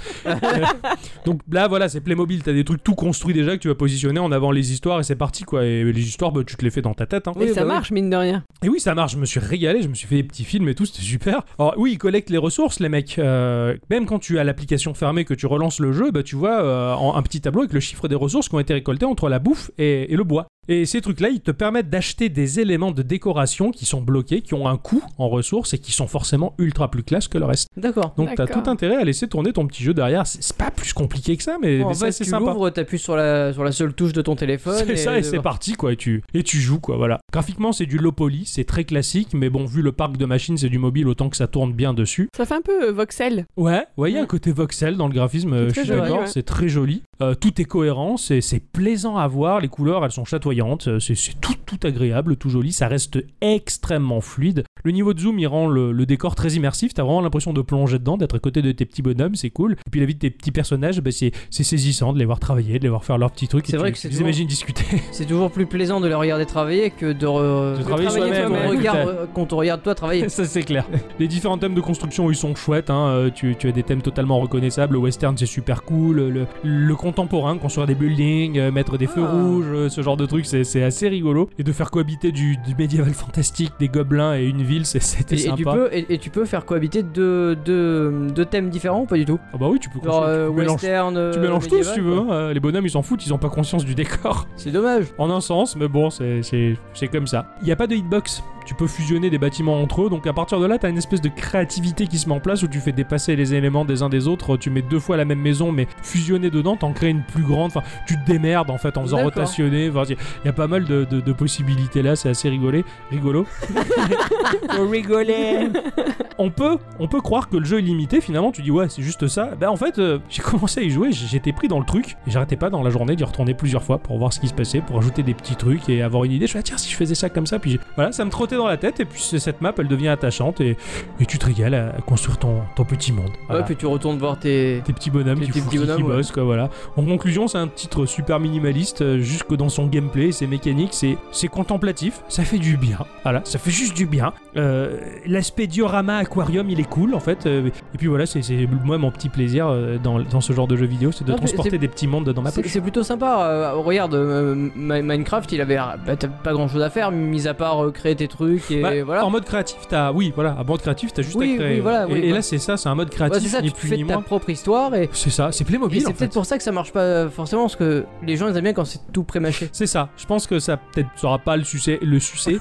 Speaker 1: Donc là, voilà, c'est Playmobil. T'as des trucs tout construits déjà que tu vas positionner en avant les histoires et c'est parti quoi. Et les histoires, bah, tu te les fais dans ta tête. hein.
Speaker 3: Mais
Speaker 2: Oui,
Speaker 3: ça
Speaker 2: bah oui.
Speaker 3: marche, mine de rien.
Speaker 1: Et oui, ça marche. Je me suis régalé. Je me suis fait des petits films et tout. C'était super. Alors oui, ils collectent les ressources, les mecs. Euh, même quand tu as l'application fermée, que tu relances le jeu, bah tu vois euh, en- un petit tableau avec le chiffre des ressources qui ont été récoltées entre la bouffe et, et le bois. Et ces trucs-là, ils te permettent d'acheter des éléments de décoration qui sont bloqués, qui ont un coût en ressources et qui sont forcément ultra plus classe que le reste.
Speaker 2: D'accord.
Speaker 1: Donc t'as
Speaker 3: D'accord.
Speaker 1: tout intérêt à laisser tourner ton petit jeu derrière. C'est c'est pas plus compliqué que ça, mais,
Speaker 2: en
Speaker 1: mais
Speaker 2: fait,
Speaker 1: ça c'est
Speaker 2: tu
Speaker 1: sympa.
Speaker 2: l'ouvres, t'appuies sur la, sur la seule touche de ton téléphone.
Speaker 1: C'est ça et c'est
Speaker 2: voilà.
Speaker 1: parti quoi et tu et tu joues quoi voilà. Graphiquement c'est du low poly, c'est très classique mais bon vu le parc de machines c'est du mobile autant que ça tourne bien dessus.
Speaker 3: Ça fait un peu euh, voxel.
Speaker 1: Ouais ouais il y a
Speaker 3: Mm.
Speaker 1: un côté voxel dans le graphisme euh, je
Speaker 3: très
Speaker 1: suis
Speaker 3: joli,
Speaker 1: d'accord
Speaker 3: ouais.
Speaker 1: c'est très joli. Euh, tout est cohérent c'est c'est plaisant à voir les couleurs elles sont chatoyantes euh, c'est c'est tout tout agréable tout joli ça reste extrêmement fluide. Le niveau de zoom il rend le, le décor très immersif t'as vraiment l'impression de plonger dedans d'être à côté de tes petits bonhommes c'est cool et puis la vie de tes petits personnages bah, c'est c'est saisissant de les voir travailler de les voir faire leurs petits trucs. et
Speaker 2: C'est vrai
Speaker 1: tu-
Speaker 2: que c'est
Speaker 1: tu les
Speaker 2: toujours-
Speaker 1: imagines discuter.
Speaker 2: C'est toujours plus plaisant de les regarder travailler que de, re-
Speaker 1: De travailler
Speaker 3: soi-même,
Speaker 2: quand on
Speaker 3: ouais, tout
Speaker 1: à
Speaker 2: regarde-
Speaker 1: fait.
Speaker 2: euh, quand on regarde toi travailler.
Speaker 1: Ça c'est clair. Les différents thèmes de construction ils sont chouettes. hein. Euh, Tu, tu as des thèmes totalement reconnaissables. Le western c'est super cool. Le, le contemporain, construire des buildings, euh, mettre des feux
Speaker 3: Ah.
Speaker 1: rouges, euh, ce genre de trucs c'est c'est assez rigolo. Et de faire cohabiter du, du médiéval fantastique, des gobelins et une ville, c'est- c'était
Speaker 2: Et, et
Speaker 1: sympa.
Speaker 2: tu peux, et, et tu peux faire cohabiter deux, deux, deux thèmes différents ou pas du tout
Speaker 1: Ah bah oui, tu peux
Speaker 2: Genre
Speaker 1: construire-
Speaker 2: euh,
Speaker 1: tu mélanges-
Speaker 2: western.
Speaker 1: tu
Speaker 2: euh,
Speaker 1: mélanges tout si
Speaker 2: médiéval,
Speaker 1: tu
Speaker 2: quoi.
Speaker 1: veux. hein. Euh, Les bonhommes ils s'en foutent, ils ont pas conscience du décor.
Speaker 2: C'est dommage.
Speaker 1: En un sens, mais bon, c'est- c'est c'est comme ça. Il n'y a pas de hitbox. Tu peux fusionner des bâtiments entre eux, donc à partir de là, t'as une espèce de créativité qui se met en place où tu fais dépasser les éléments des uns des autres. Tu mets deux fois la même maison, mais fusionner dedans, t'en crées une plus grande. Enfin, tu te démerdes en fait en faisant
Speaker 2: D'accord.
Speaker 1: rotationner. Enfin, Il y a pas mal de, de- de possibilités là, c'est assez rigolé. Rigolo. Faut rigoler. On peut, on peut croire que le jeu est limité, finalement, tu dis ouais, c'est juste ça. Bah en fait, euh, j'ai commencé à y jouer, j'étais pris dans le truc, et j'arrêtais pas dans la journée d'y retourner plusieurs fois pour voir ce qui se passait, pour ajouter des petits trucs et avoir une idée. Je fais ah, tiens, si je faisais ça comme ça, puis j'ai- voilà, ça me trottait dans la tête, et puis c'est- cette map, elle devient attachante, et, et tu te régales à à construire ton, ton petit monde. Voilà.
Speaker 2: Ouais, puis tu retournes voir tes.
Speaker 1: Tes petits bonhommes
Speaker 2: Tes
Speaker 1: qui,
Speaker 2: petits
Speaker 1: foutent- qui- qui
Speaker 2: bonhommes, ouais.
Speaker 1: bossent, quoi, voilà. En conclusion, c'est un titre super minimaliste, euh, jusque dans son gameplay, ses mécaniques, c'est, c'est contemplatif, ça fait du bien, voilà, ça fait juste du bien. Euh, l'aspect diorama aquarium, il est cool, en fait, euh, et puis voilà, c'est, c'est moi mon petit plaisir euh, dans, dans ce genre de jeu vidéo, c'est de
Speaker 2: Ah, mais
Speaker 1: transporter
Speaker 2: c'est-
Speaker 1: des petits mondes dans ma
Speaker 2: C'est
Speaker 1: poche.
Speaker 2: c'est plutôt sympa. euh, regarde, euh, Ma- Minecraft, il avait euh, bah, t'as pas grand chose à faire, mis à part euh, créer tes trucs et
Speaker 1: Ouais,
Speaker 2: voilà.
Speaker 1: Bah, En mode créatif, t'as, oui, voilà, en mode créatif, t'as juste
Speaker 2: Oui,
Speaker 1: à créer.
Speaker 2: oui, voilà,
Speaker 1: et,
Speaker 2: oui,
Speaker 1: et
Speaker 2: voilà.
Speaker 1: là, c'est ça, c'est un mode
Speaker 2: Ouais,
Speaker 1: créatif,
Speaker 2: c'est ça,
Speaker 1: ni
Speaker 2: tu
Speaker 1: plus
Speaker 2: fais
Speaker 1: ni
Speaker 2: ta
Speaker 1: moins.
Speaker 2: propre histoire et,
Speaker 1: C'est ça, c'est
Speaker 2: et
Speaker 1: Playmobil, en
Speaker 2: c'est
Speaker 1: fait.
Speaker 2: peut-être pour ça que ça marche pas euh, forcément parce que les gens ils aiment bien quand c'est tout prémâché.
Speaker 1: C'est ça, je pense que ça peut-être sera pas le succès, le succès,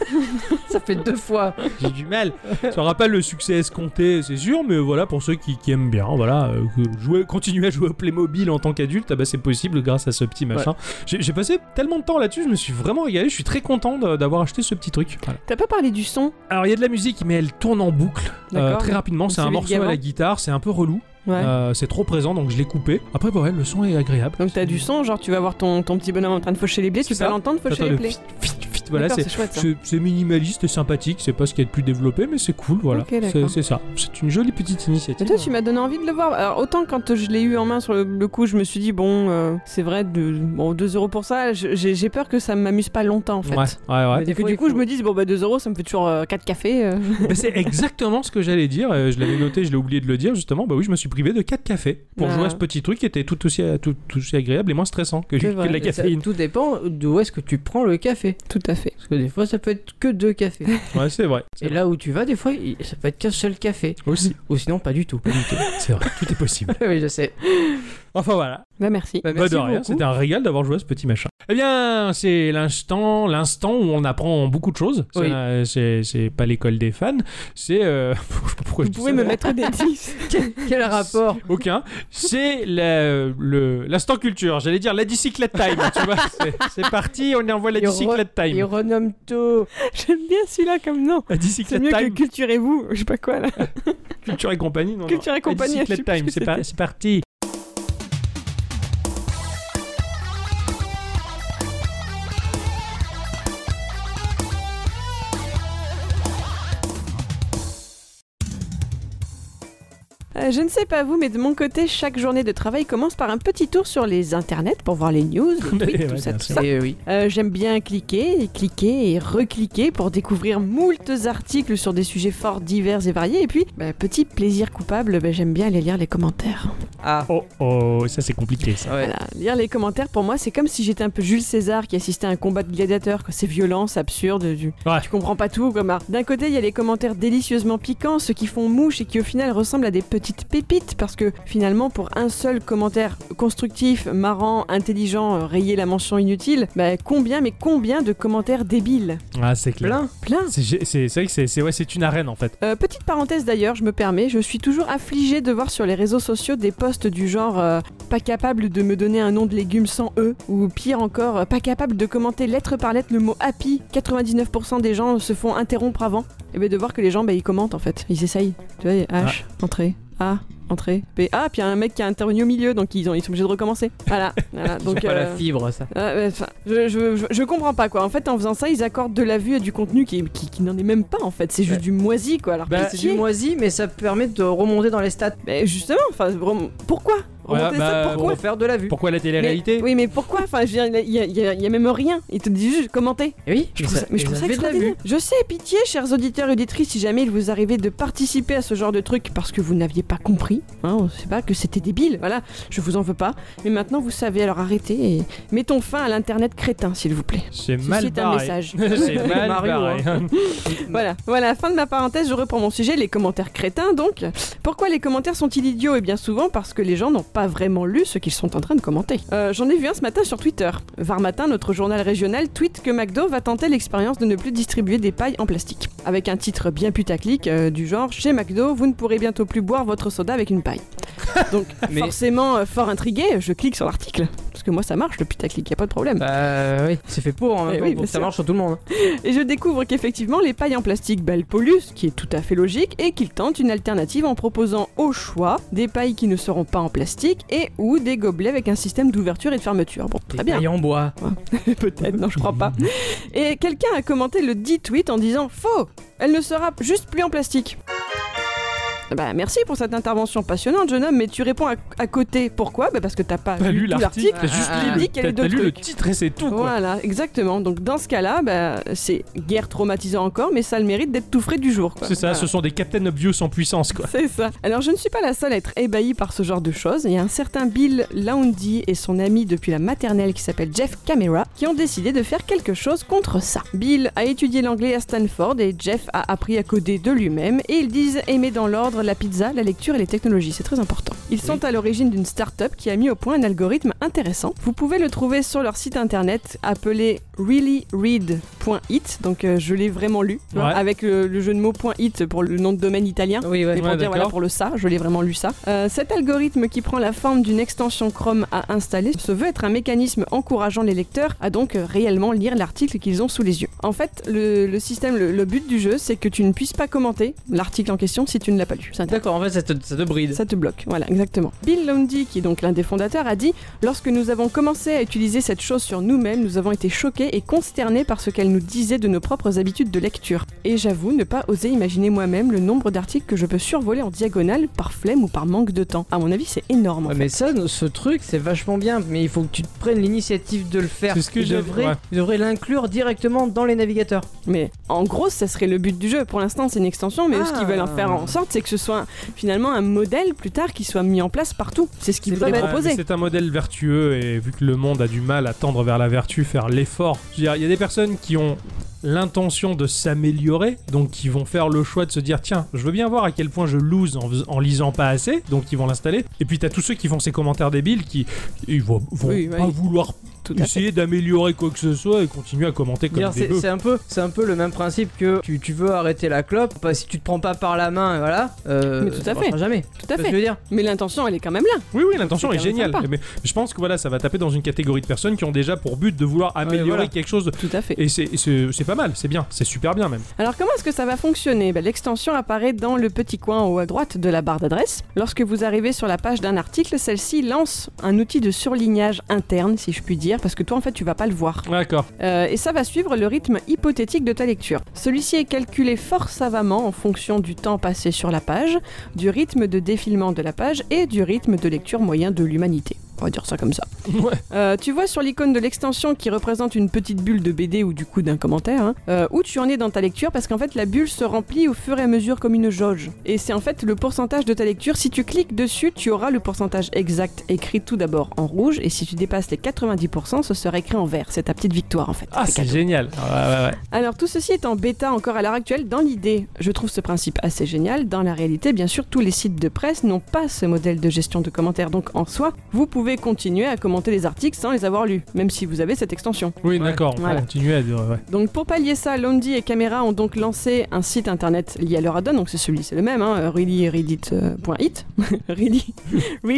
Speaker 2: ça fait deux fois.
Speaker 1: J'ai du mal. Ça aura pas le succès escompté, c'est sûr, mais voilà, pour ceux qui, qui aiment bien, voilà, euh, que jouer, continuer à jouer au Playmobil en tant qu'adulte, ah bah, c'est possible grâce à ce petit machin. J'ai j'ai passé tellement de temps là-dessus, je me suis vraiment régalé, je suis très content de- d'avoir acheté ce petit truc. Voilà.
Speaker 3: T'as pas parlé du son
Speaker 1: Alors il y a de la musique, mais elle tourne en boucle euh,
Speaker 3: D'accord.
Speaker 1: très rapidement, c'est
Speaker 3: C'est
Speaker 1: un
Speaker 3: vite
Speaker 1: morceau à
Speaker 3: gamin.
Speaker 1: la guitare, c'est un peu relou,
Speaker 3: Ouais.
Speaker 1: euh, c'est trop présent, donc je l'ai coupé. Après, bah ouais, le son est agréable.
Speaker 3: Donc t'as du son, genre tu vas voir ton, ton petit bonhomme en train de faucher les blés, tu
Speaker 1: C'est ça.
Speaker 3: peux l'entendre faucher
Speaker 1: T'entends
Speaker 3: les
Speaker 1: le
Speaker 3: blés.
Speaker 1: fit, fit, fit, Minecraft. Voilà,
Speaker 3: D'accord,
Speaker 1: c'est
Speaker 3: c'est chouette. ça.
Speaker 1: c'est- c'est minimaliste et sympathique, c'est pas ce qu'il y a de plus développé, mais c'est cool, voilà.
Speaker 3: Ok,
Speaker 1: C'est-
Speaker 3: d'accord.
Speaker 1: c'est ça. C'est une jolie petite
Speaker 3: Mais
Speaker 1: initiative.
Speaker 3: toi, tu m'as donné envie de le voir. Alors, autant quand je l'ai eu en main sur le, le coup, je me suis dit, bon, euh, c'est vrai, de, bon, 2 euros pour ça, je- j'ai j'ai peur que ça m'amuse pas longtemps en fait.
Speaker 1: Ouais, ouais, ouais.
Speaker 2: Mais des
Speaker 3: Et que
Speaker 2: fois,
Speaker 3: du
Speaker 2: il
Speaker 3: coup,
Speaker 2: faut-
Speaker 3: je me dis, bon, bah 2 euros, ça me fait toujours 4 cafés. euh.
Speaker 1: Bah, c'est exactement ce que j'allais dire. euh, Je l'avais noté, je l'ai oublié de le dire justement. Bah oui, je me suis privé de 4 cafés pour
Speaker 3: Ah.
Speaker 1: jouer à ce petit truc qui était tout aussi, tout, tout aussi agréable et moins stressant que,
Speaker 3: C'est
Speaker 1: que
Speaker 3: vrai,
Speaker 1: de la
Speaker 2: Ça-
Speaker 1: caféine.
Speaker 2: tout dépend d'où est-ce que tu prends le café.
Speaker 3: Tout à fait.
Speaker 2: Parce que des fois, ça peut être que deux cafés.
Speaker 1: Ouais, c'est vrai. c'est
Speaker 2: Et là où tu vas, des fois, il- ça peut être qu'un seul café.
Speaker 1: vrai. Aussi,
Speaker 2: Ou sinon, pas du tout. Pas du tout.
Speaker 1: c'est vrai, tout est possible.
Speaker 2: oui, je sais.
Speaker 1: Enfin voilà,
Speaker 3: Bah, merci.
Speaker 2: Bah,
Speaker 1: Bah,
Speaker 2: merci
Speaker 1: de rien,
Speaker 2: beaucoup.
Speaker 1: c'était un régal d'avoir joué à ce petit machin. Eh bien, c'est l'instant, l'instant où on apprend beaucoup de choses. C'est
Speaker 2: Oui.
Speaker 1: la- C'est c'est pas l'école des fans, c'est. euh, je sais pas pourquoi je
Speaker 3: Vous
Speaker 1: dis
Speaker 3: pouvez
Speaker 1: ça,
Speaker 3: me
Speaker 1: d'ailleurs.
Speaker 3: mettre des 10.
Speaker 2: Quel rapport
Speaker 1: Aucun. C'est la- le- l'instant culture. J'allais dire la bicyclette time. tu vois, c'est- c'est parti. On envoie la
Speaker 2: Il re-
Speaker 1: bicyclette time.
Speaker 2: Il renomme tout.
Speaker 3: J'aime bien celui-là comme nom.
Speaker 1: La
Speaker 3: C'est
Speaker 1: bicyclette
Speaker 3: mieux
Speaker 1: time.
Speaker 3: que culturez-vous, je sais pas quoi là.
Speaker 1: Culture et compagnie. Non, non.
Speaker 3: Culture et compagnie,
Speaker 1: La
Speaker 3: je sais
Speaker 1: bicyclette
Speaker 3: plus
Speaker 1: time.
Speaker 3: ce que
Speaker 1: C'est par-
Speaker 3: c'était.
Speaker 1: c'est parti.
Speaker 3: Euh, je ne sais pas vous, mais de mon côté, chaque journée de travail commence par un petit tour sur les internets pour voir les news, les tweets,
Speaker 1: Ouais,
Speaker 3: tout ça,
Speaker 1: bien
Speaker 3: tout
Speaker 1: sûr.
Speaker 3: ça.
Speaker 2: Et Eh oui.
Speaker 3: Euh, J'aime bien cliquer et cliquer et recliquer pour découvrir moult articles sur des sujets fort divers et variés. Et puis, bah, petit plaisir coupable, bah, j'aime bien aller lire les commentaires.
Speaker 2: Ah.
Speaker 1: Oh oh, ça c'est compliqué ça.
Speaker 2: Ouais.
Speaker 3: Voilà, lire les commentaires pour moi, c'est comme si j'étais un peu Jules César qui assistait à un combat de gladiateurs. quoi. C'est violent, c'est absurde, tu,
Speaker 1: Ouais.
Speaker 3: tu comprends pas tout. quoi. Bah, D'un côté, il y a les commentaires délicieusement piquants, ceux qui font mouche et qui au final ressemblent à des petites pépites parce que finalement, pour un seul commentaire constructif, marrant, intelligent, euh, rayer la mention inutile, bah, combien, mais combien de commentaires débiles
Speaker 1: Ah, c'est clair.
Speaker 2: Plein.
Speaker 3: Plein
Speaker 1: C'est c'est- c'est vrai que c'est c'est- ouais, c'est une arène en fait.
Speaker 3: Euh, petite parenthèse d'ailleurs, je me permets, je suis toujours affligée de voir sur les réseaux sociaux des posts du genre euh, pas capable de me donner un nom de légume sans E, ou pire encore, euh, pas capable de commenter lettre par lettre le mot happy. 99% des gens se font interrompre avant. Et bien de voir que les gens, bah, ils commentent en fait, ils essayent. Tu vois, il y a H, entrée, A. Entrée, B. Ah, puis il y a un mec qui a intervenu au milieu, donc ils, ont, ils sont obligés de recommencer. Voilà, voilà.
Speaker 2: Donc,
Speaker 3: Donc,
Speaker 2: pas
Speaker 3: euh,
Speaker 2: la fibre, ça.
Speaker 3: Ouais, ouais, enfin, je, je, je- je comprends pas quoi. En fait, en faisant ça, ils accordent de la vue et du contenu qui, qui, qui n'en est même pas en fait. C'est juste
Speaker 2: Ouais.
Speaker 3: du moisi quoi. Alors
Speaker 1: Bah,
Speaker 3: que
Speaker 2: C'est du moisi, mais ça permet de remonter dans les stats.
Speaker 3: Mais justement, enfin, vraiment, pourquoi
Speaker 1: Ouais,
Speaker 3: Remonter
Speaker 1: bah,
Speaker 3: ça,
Speaker 2: Pour
Speaker 3: pourquoi
Speaker 2: faire de la vue.
Speaker 1: Pourquoi la télé-réalité
Speaker 3: Mais- Oui, mais pourquoi Enfin, je veux dire, il y, a- il y a- il y a même rien. Ils te disent juste commenter.
Speaker 2: Et Eh Oui,
Speaker 3: Je trouve ça- mais je trouve ça
Speaker 2: fait de la vue.
Speaker 3: extraordinaire. Je sais, pitié, chers auditeurs et auditrices, si jamais il vous arrivait de participer à ce genre de truc parce que vous n'aviez pas compris, hein, on sait pas que c'était débile, voilà, je vous en veux pas. Mais maintenant, vous savez, alors arrêtez et mettons fin à l'internet crétin, s'il vous plaît.
Speaker 1: C'est
Speaker 3: Ceci
Speaker 1: mal
Speaker 3: est un
Speaker 1: barré.
Speaker 3: message. hein.
Speaker 1: C'est mal
Speaker 2: Mario,
Speaker 1: barré.
Speaker 3: Voilà, voilà, fin de ma parenthèse, je reprends mon sujet, les commentaires crétins donc. Pourquoi les commentaires sont-ils idiots Et bien souvent parce que les gens n'ont pas vraiment lu ce qu'ils sont en train de commenter. Euh, J'en ai vu un ce matin sur Twitter. Var Matin, notre journal régional, tweet que McDo va tenter l'expérience de ne plus distribuer des pailles en plastique. Avec un titre bien putaclic euh, du genre Chez McDo, vous ne pourrez bientôt plus boire votre soda avec une paille. Donc
Speaker 2: Mais-
Speaker 3: forcément, euh, fort intrigué, je clique sur l'article. Parce que moi ça marche le putaclic, y a pas de problème.
Speaker 2: Bah oui, c'est fait pour, hein,
Speaker 3: Eh
Speaker 2: pour
Speaker 3: oui,
Speaker 2: que
Speaker 3: bien
Speaker 2: ça
Speaker 3: sûr.
Speaker 2: marche sur tout le monde. hein.
Speaker 3: Et je découvre qu'effectivement, les pailles en plastique bah, elles polluent, ce qui est tout à fait logique, et qu'ils tentent une alternative en proposant au choix des pailles qui ne seront pas en plastique et ou des gobelets avec un système d'ouverture et de fermeture. Bon, très
Speaker 2: Des
Speaker 3: bien,
Speaker 2: pailles en bois.
Speaker 3: peut-être, non, je crois pas. Et quelqu'un a commenté le dit tweet en disant Faux Elle ne sera juste plus en plastique. Bah, merci pour cette intervention passionnante, jeune homme, mais tu réponds à, à côté. Pourquoi bah, Parce que t'as pas
Speaker 1: T'as lu
Speaker 3: lu tout l'article.
Speaker 1: l'article, t'as juste
Speaker 2: Ah,
Speaker 1: lu,
Speaker 3: ah,
Speaker 1: le-
Speaker 3: dit qu'il y
Speaker 1: t'as
Speaker 3: avait
Speaker 1: t'as
Speaker 3: d'autres
Speaker 1: lu le
Speaker 3: trucs.
Speaker 1: titre et c'est tout. quoi.
Speaker 3: Voilà, exactement. Donc dans ce cas-là, bah, c'est guère traumatisant encore, mais ça a le mérite d'être tout frais du jour. quoi.
Speaker 1: C'est ça,
Speaker 3: Voilà.
Speaker 1: ce sont des Captain Obvious en puissance, quoi.
Speaker 3: C'est ça. Alors je ne suis pas la seule à être ébahie par ce genre de choses. Il y a un certain Bill Laundy et son ami depuis la maternelle qui s'appelle Jeff Camera qui ont décidé de faire quelque chose contre ça. Bill a étudié l'anglais à Stanford et Jeff a appris à coder de lui-même et ils disent aimer dans l'ordre la pizza, la lecture et les technologies. C'est très important. Ils sont à l'origine d'une start-up qui a mis au point un algorithme intéressant. Vous pouvez le trouver sur leur site internet appelé reallyread.it. Donc euh, je l'ai vraiment lu tu vois,
Speaker 1: Ouais.
Speaker 3: avec euh, le jeu de mots .it pour le nom de domaine italien.
Speaker 2: Ah Oui, ouais.
Speaker 3: Mais pour
Speaker 1: Ouais,
Speaker 3: dire, voilà
Speaker 1: d'accord.
Speaker 3: pour le ça, je l'ai vraiment lu ça. Euh, cet algorithme qui prend la forme d'une extension Chrome à installer se veut être un mécanisme encourageant les lecteurs à donc euh, réellement lire l'article qu'ils ont sous les yeux. En fait, le, le système, le, le but du jeu, c'est que tu ne puisses pas commenter l'article en question si tu ne l'as pas lu. plus. C'est interdit.
Speaker 2: D'accord, en fait, ça te, ça te bride.
Speaker 3: Ça te bloque, voilà, exactement. Bill Lundy, qui est donc l'un des fondateurs, a dit Lorsque nous avons commencé à utiliser cette chose sur nous-mêmes, nous avons été choqués et consternés par ce qu'elle nous disait de nos propres habitudes de lecture. Et j'avoue ne pas oser imaginer moi-même le nombre d'articles que je peux survoler en diagonale par flemme ou par manque de temps. À mon avis, c'est énorme. en
Speaker 2: Ouais,
Speaker 3: fait.
Speaker 2: mais ça, ce truc, c'est vachement bien, mais il faut que tu te prennes l'initiative de le faire.
Speaker 1: C'est ce que
Speaker 2: tu
Speaker 1: j'ai-
Speaker 2: devrais,
Speaker 1: ouais.
Speaker 2: tu devrais l'inclure directement dans les navigateurs.
Speaker 3: Mais en gros, ça serait le but du jeu. Pour l'instant, c'est une extension, mais eux, ce qu'ils
Speaker 2: Ah.
Speaker 3: veulent en faire en sorte, c'est que ce soit finalement un modèle plus tard qui soit mis en place partout. C'est ce qu'ils
Speaker 2: C'est
Speaker 3: voudraient
Speaker 2: pas
Speaker 1: Ouais, mais
Speaker 3: proposer.
Speaker 1: C'est un modèle vertueux et vu que le monde a du mal à tendre vers la vertu, faire l'effort. Je veux dire, Il y a des personnes qui ont l'intention de s'améliorer, donc qui vont faire le choix de se dire tiens, je veux bien voir à quel point je lose en, fais- en lisant pas assez, donc ils vont l'installer. Et puis t'as tous ceux qui font ces commentaires débiles qui ils vont, vont
Speaker 3: Oui,
Speaker 1: pas
Speaker 3: oui.
Speaker 1: vouloir
Speaker 3: Tout à fait.
Speaker 1: essayer d'améliorer quoi que ce soit et continuer à commenter comme
Speaker 2: Dire,
Speaker 1: des
Speaker 2: C'est
Speaker 1: bœufs.
Speaker 2: c'est un peu, c'est un peu le même principe que tu, tu veux arrêter la clope. bah, si tu te prends pas par la main, voilà. euh,
Speaker 3: Mais tout à
Speaker 2: ça
Speaker 3: fait.
Speaker 2: marchera Jamais.
Speaker 3: Tout à
Speaker 2: Tu vois ce que
Speaker 3: fait.
Speaker 2: je veux dire.
Speaker 3: Mais l'intention, elle est quand même là.
Speaker 1: Oui, oui, l'intention
Speaker 3: C'est
Speaker 1: est
Speaker 3: quand même
Speaker 1: géniale.
Speaker 3: sympa.
Speaker 1: Mais je pense que voilà, ça va taper dans une catégorie de personnes qui ont déjà pour but de vouloir améliorer
Speaker 2: voilà.
Speaker 1: quelque chose.
Speaker 3: Tout à fait.
Speaker 1: Et c'est- c'est c'est pas mal, c'est bien, c'est super bien même.
Speaker 3: Alors comment est-ce que ça va fonctionner Ben, L'extension apparaît dans le petit coin en haut à droite de la barre d'adresse. Lorsque vous arrivez sur la page d'un article, celle-ci lance un outil de surlignage interne, si je puis dire, parce que toi en fait tu vas pas le voir.
Speaker 1: D'accord.
Speaker 3: Euh, et ça va suivre le rythme hypothétique de ta lecture. Celui-ci est calculé fort savamment en fonction du temps passé sur la page, du rythme de défilement de la page et du rythme de lecture moyen de l'humanité. On va dire ça comme ça.
Speaker 1: Ouais.
Speaker 3: Euh, tu vois sur l'icône de l'extension qui représente une petite bulle de BD ou du coup d'un commentaire, hein, euh, où tu en es dans ta lecture parce qu'en fait la bulle se remplit au fur et à mesure comme une jauge. Et c'est en fait le pourcentage de ta lecture. Si tu cliques dessus, tu auras le pourcentage exact écrit tout d'abord en rouge et si tu dépasses les 90%, ce sera écrit en vert. C'est ta petite victoire en fait.
Speaker 1: Ah, c'est génial. Ouais, ouais, ouais.
Speaker 3: Alors tout ceci est en bêta encore à l'heure actuelle dans l'idée. Je trouve ce principe assez génial. Dans la réalité, bien sûr, tous les sites de presse n'ont pas ce modèle de gestion de commentaires. Donc en soi, vous pouvez continuer à commenter les articles sans les avoir lus, même si vous avez cette extension.
Speaker 1: Oui, d'accord, on
Speaker 3: Voilà.
Speaker 1: va continuer à dire. ouais.
Speaker 3: Donc pour pallier ça, Londi et Camera ont donc lancé un site internet lié à leur add-on, donc c'est celui, c'est le même, hein, euh, reallyreadit.it. really,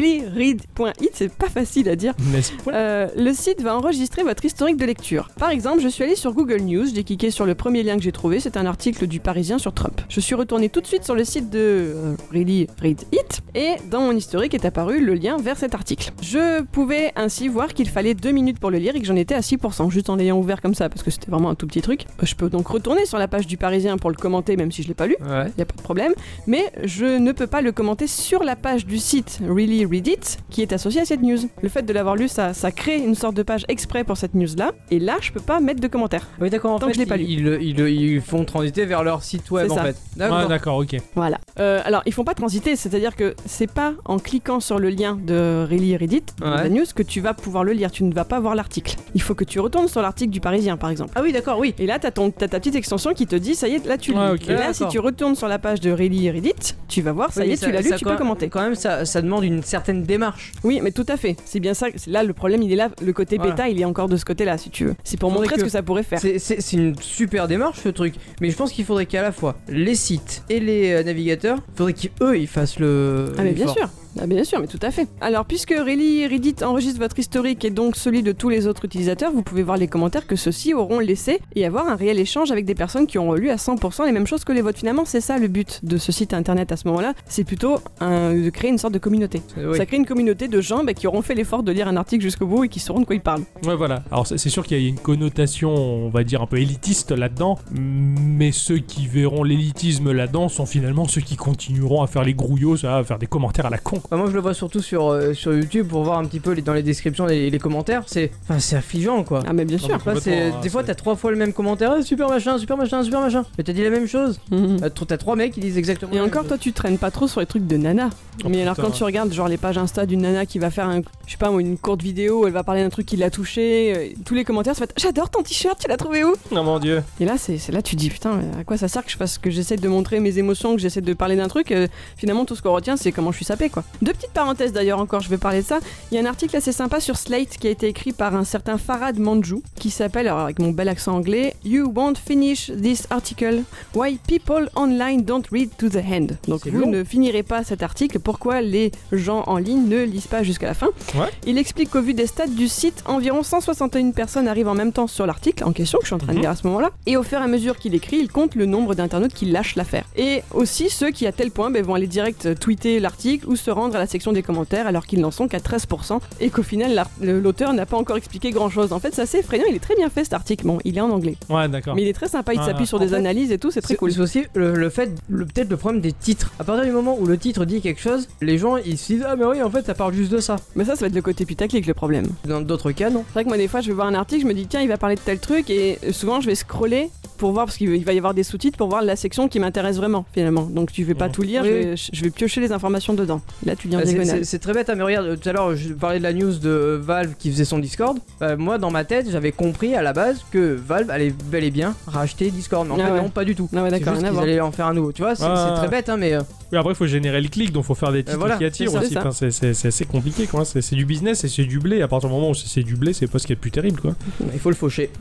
Speaker 3: reallyread.it, c'est pas facile à dire.
Speaker 1: N'est-ce pas
Speaker 3: Euh, le site va enregistrer votre historique de lecture. Par exemple, je suis allée sur Google News, j'ai cliqué sur le premier lien que j'ai trouvé, c'est un article du Parisien sur Trump. Je suis retournée tout de suite sur le site de euh, Really Read It et dans mon historique est apparu le lien vers cet article. Je pouvais ainsi voir qu'il fallait 2 minutes pour le lire et que j'en étais à 6% juste en l'ayant ouvert comme ça parce que c'était vraiment un tout petit truc. Euh, Je peux donc retourner sur la page du Parisien pour le commenter même si je l'ai pas lu
Speaker 1: Ouais.
Speaker 3: il n'y a pas de problème, mais je ne peux pas le commenter sur la page du site Really Read It qui est associée à cette news. Le fait de l'avoir lu, ça, ça crée une sorte de page exprès pour cette news-là, et là, je peux pas mettre de commentaires.
Speaker 2: Ah Oui, d'accord. En
Speaker 3: Tant
Speaker 2: fait,
Speaker 3: que je l'ai pas lu.
Speaker 2: Ils, ils- ils- ils font transiter vers leur site web
Speaker 3: C'est
Speaker 2: en
Speaker 3: ça.
Speaker 2: fait.
Speaker 1: Ouais, d'accord, ok.
Speaker 3: Voilà. Euh, alors, ils font pas transiter, c'est-à-dire que c'est pas en cliquant sur le lien de Really Read It, de
Speaker 2: Ouais.
Speaker 3: la news, que tu vas pouvoir le lire, tu ne vas pas voir l'article. Il faut que tu retournes sur l'article du Parisien, par exemple.
Speaker 2: Ah oui, d'accord, oui.
Speaker 3: Et là, t'as ton- t'as ta petite extension qui te dit, ça y est, là tu le
Speaker 1: Ouais,
Speaker 3: lis.
Speaker 1: ok.
Speaker 3: Et là,
Speaker 2: D'accord.
Speaker 3: si tu retournes sur la page de Really Read It, tu vas voir, ça
Speaker 2: Oui,
Speaker 3: y est, tu l'as lu,
Speaker 2: ça
Speaker 3: tu
Speaker 2: quand-
Speaker 3: peux commenter.
Speaker 2: Quand même, ça, ça demande une certaine démarche.
Speaker 3: Oui, mais tout à fait. C'est bien ça. c'est Là, le problème, il est là. Le côté
Speaker 2: Voilà.
Speaker 3: bêta, il est encore de ce côté-là, si tu veux. C'est pour
Speaker 2: Faudrait
Speaker 3: montrer ce
Speaker 2: que-
Speaker 3: que ça pourrait faire.
Speaker 2: C'est- C'est c'est une super démarche ce truc, mais je pense qu'il faudrait qu'à la fois les sites et les euh, navigateurs, faudrait qu'eux ils fassent le.
Speaker 3: Ah mais bien
Speaker 2: l'effort.
Speaker 3: sûr, ah bien sûr, mais tout à fait. Alors puisque Rally Reddit enregistre votre historique et donc celui de tous les autres utilisateurs, vous pouvez voir les commentaires que ceux-ci auront laissés et avoir un réel échange avec des personnes qui ont relu à 100% les mêmes choses que les vôtres. Finalement, c'est ça le but de ce site internet à ce moment-là, c'est plutôt un- de créer une sorte de communauté.
Speaker 2: Euh, oui.
Speaker 3: Ça crée une communauté de gens bah, qui auront fait l'effort de lire un article jusqu'au bout et qui sauront de quoi ils parlent.
Speaker 1: Ouais, voilà. Alors, c'est c'est sûr qu'il y a une connotation, on va dire, un peu élitiste là-dedans, mais ceux qui verront l'élitisme là-dedans sont finalement ceux qui continueront à faire les grouillots, ça, à faire des commentaires à la con.
Speaker 2: Bah, moi je le vois surtout sur, euh, sur YouTube pour voir un petit peu les- dans les descriptions et les commentaires, c'est enfin, c'est affligeant quoi.
Speaker 3: Ah mais bien sûr.
Speaker 1: mais
Speaker 2: Là, c'est-
Speaker 1: complètement, hein,
Speaker 2: des fois
Speaker 1: c'est-
Speaker 2: t'as trois fois le même commentaire, Ah, super machin, super machin, super machin. Mais t'as dit la même chose.
Speaker 3: Mhm.
Speaker 2: T'as t'as trois mecs qui disent exactement.
Speaker 3: Et
Speaker 2: la même
Speaker 3: encore,
Speaker 2: chose.
Speaker 3: toi, tu traînes pas trop sur les trucs de nana.
Speaker 1: Oh,
Speaker 3: mais alors,
Speaker 1: putain.
Speaker 3: quand tu regardes, genre, les pages Insta d'une nana qui va faire un, je sais pas, moi, une courte vidéo, elle va parler d'un truc qui l'a touché, euh, tous les commentaires se font J'adore ton t-shirt, tu l'as trouvé où
Speaker 1: Non, mon dieu.
Speaker 3: Et là, c'est c'est là, tu te dis Putain, mais à quoi ça sert que je fasse que j'essaie de montrer mes émotions, que j'essaie de parler d'un truc euh, Finalement, tout ce qu'on retient, c'est comment je suis sapé, quoi. Deux petites parenthèses d'ailleurs encore, je vais parler de ça. Il y a un article assez sympa sur Slate qui a été écrit par un certain Farad Manjou qui s'appelle, alors avec mon bel accent anglais, You won't finish this article. Why people online don't read to the end. Donc
Speaker 2: C'est
Speaker 3: vous
Speaker 2: long.
Speaker 3: ne finirez pas cet article. Pourquoi les gens en ligne ne lisent pas jusqu'à la fin
Speaker 1: Ouais.
Speaker 3: Il explique qu'au vu des stats du site, environ 161 personnes arrivent en même temps sur l'article en question que je suis en train de
Speaker 1: Mhm.
Speaker 3: lire à ce moment-là. Et au fur et à mesure qu'il écrit, il compte le nombre d'internautes qui lâchent l'affaire. Et aussi ceux qui à tel point ben, vont aller direct euh, tweeter l'article ou se rendre à la section des commentaires alors qu'ils n'en sont qu'à 13% et qu'au final l'art- le- l'auteur n'a pas encore expliqué grand-chose. En fait, c'est assez effrayant. Il est très bien fait cet article. Bon, il est en anglais,
Speaker 1: Ouais, d'accord.
Speaker 3: mais il est très sympa. Il
Speaker 1: Ah,
Speaker 3: s'appuie sur
Speaker 2: en
Speaker 3: des
Speaker 2: fait,
Speaker 3: analyses et tout. C'est très cool.
Speaker 2: C'est aussi le, le fait, le- peut-être le problème des titres. À partir du moment où le titre dit quelque chose, les gens ils se disent Ah, mais oui, en fait, ça parle juste de ça.
Speaker 3: Mais ça, ça va être le côté putaclic le problème.
Speaker 2: Dans d'autres cas, non.
Speaker 3: C'est vrai que moi, des fois, je vais voir un article, je me dis, tiens, il va parler de tel truc, et souvent, je vais scroller pour voir, parce qu'il va y avoir des sous-titres, pour voir la section qui m'intéresse vraiment, finalement. Donc, tu ne vais pas
Speaker 1: Mhm.
Speaker 3: tout lire,
Speaker 2: Mmh. Oui,
Speaker 3: je, vais, je vais piocher les informations dedans. Là, tu lis en
Speaker 2: Bah, c'est-
Speaker 3: diagonale.
Speaker 2: C'est c'est très bête, hein, mais regarde, euh, tout à l'heure je parlais de la news de euh, Valve qui faisait son Discord. Bah, moi dans ma tête j'avais compris à la base que Valve allait bel et bien racheter Discord, mais en
Speaker 3: Ah
Speaker 2: fait
Speaker 3: ouais.
Speaker 2: non pas du tout.
Speaker 3: Ah ouais,
Speaker 2: C'est
Speaker 3: d'accord,
Speaker 2: juste
Speaker 3: rien à
Speaker 2: qu'ils
Speaker 3: voir.
Speaker 2: allaient en faire un nouveau, tu vois, c'est
Speaker 1: Ouais,
Speaker 2: c'est
Speaker 1: ouais,
Speaker 2: très
Speaker 1: ouais.
Speaker 2: bête, hein, mais euh,
Speaker 1: Oui, après, il faut générer le clic, donc il faut faire des titres
Speaker 2: voilà,
Speaker 1: qui attirent
Speaker 3: c'est ça,
Speaker 1: aussi.
Speaker 3: c'est ça.
Speaker 1: Enfin, c'est- c'est c'est assez compliqué, quoi. hein. C'est c'est du business et c'est du blé. À partir du moment où c'est c'est du blé, c'est pas ce qui est le plus terrible, quoi.
Speaker 2: il faut le faucher.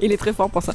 Speaker 3: Il est très fort pour ça.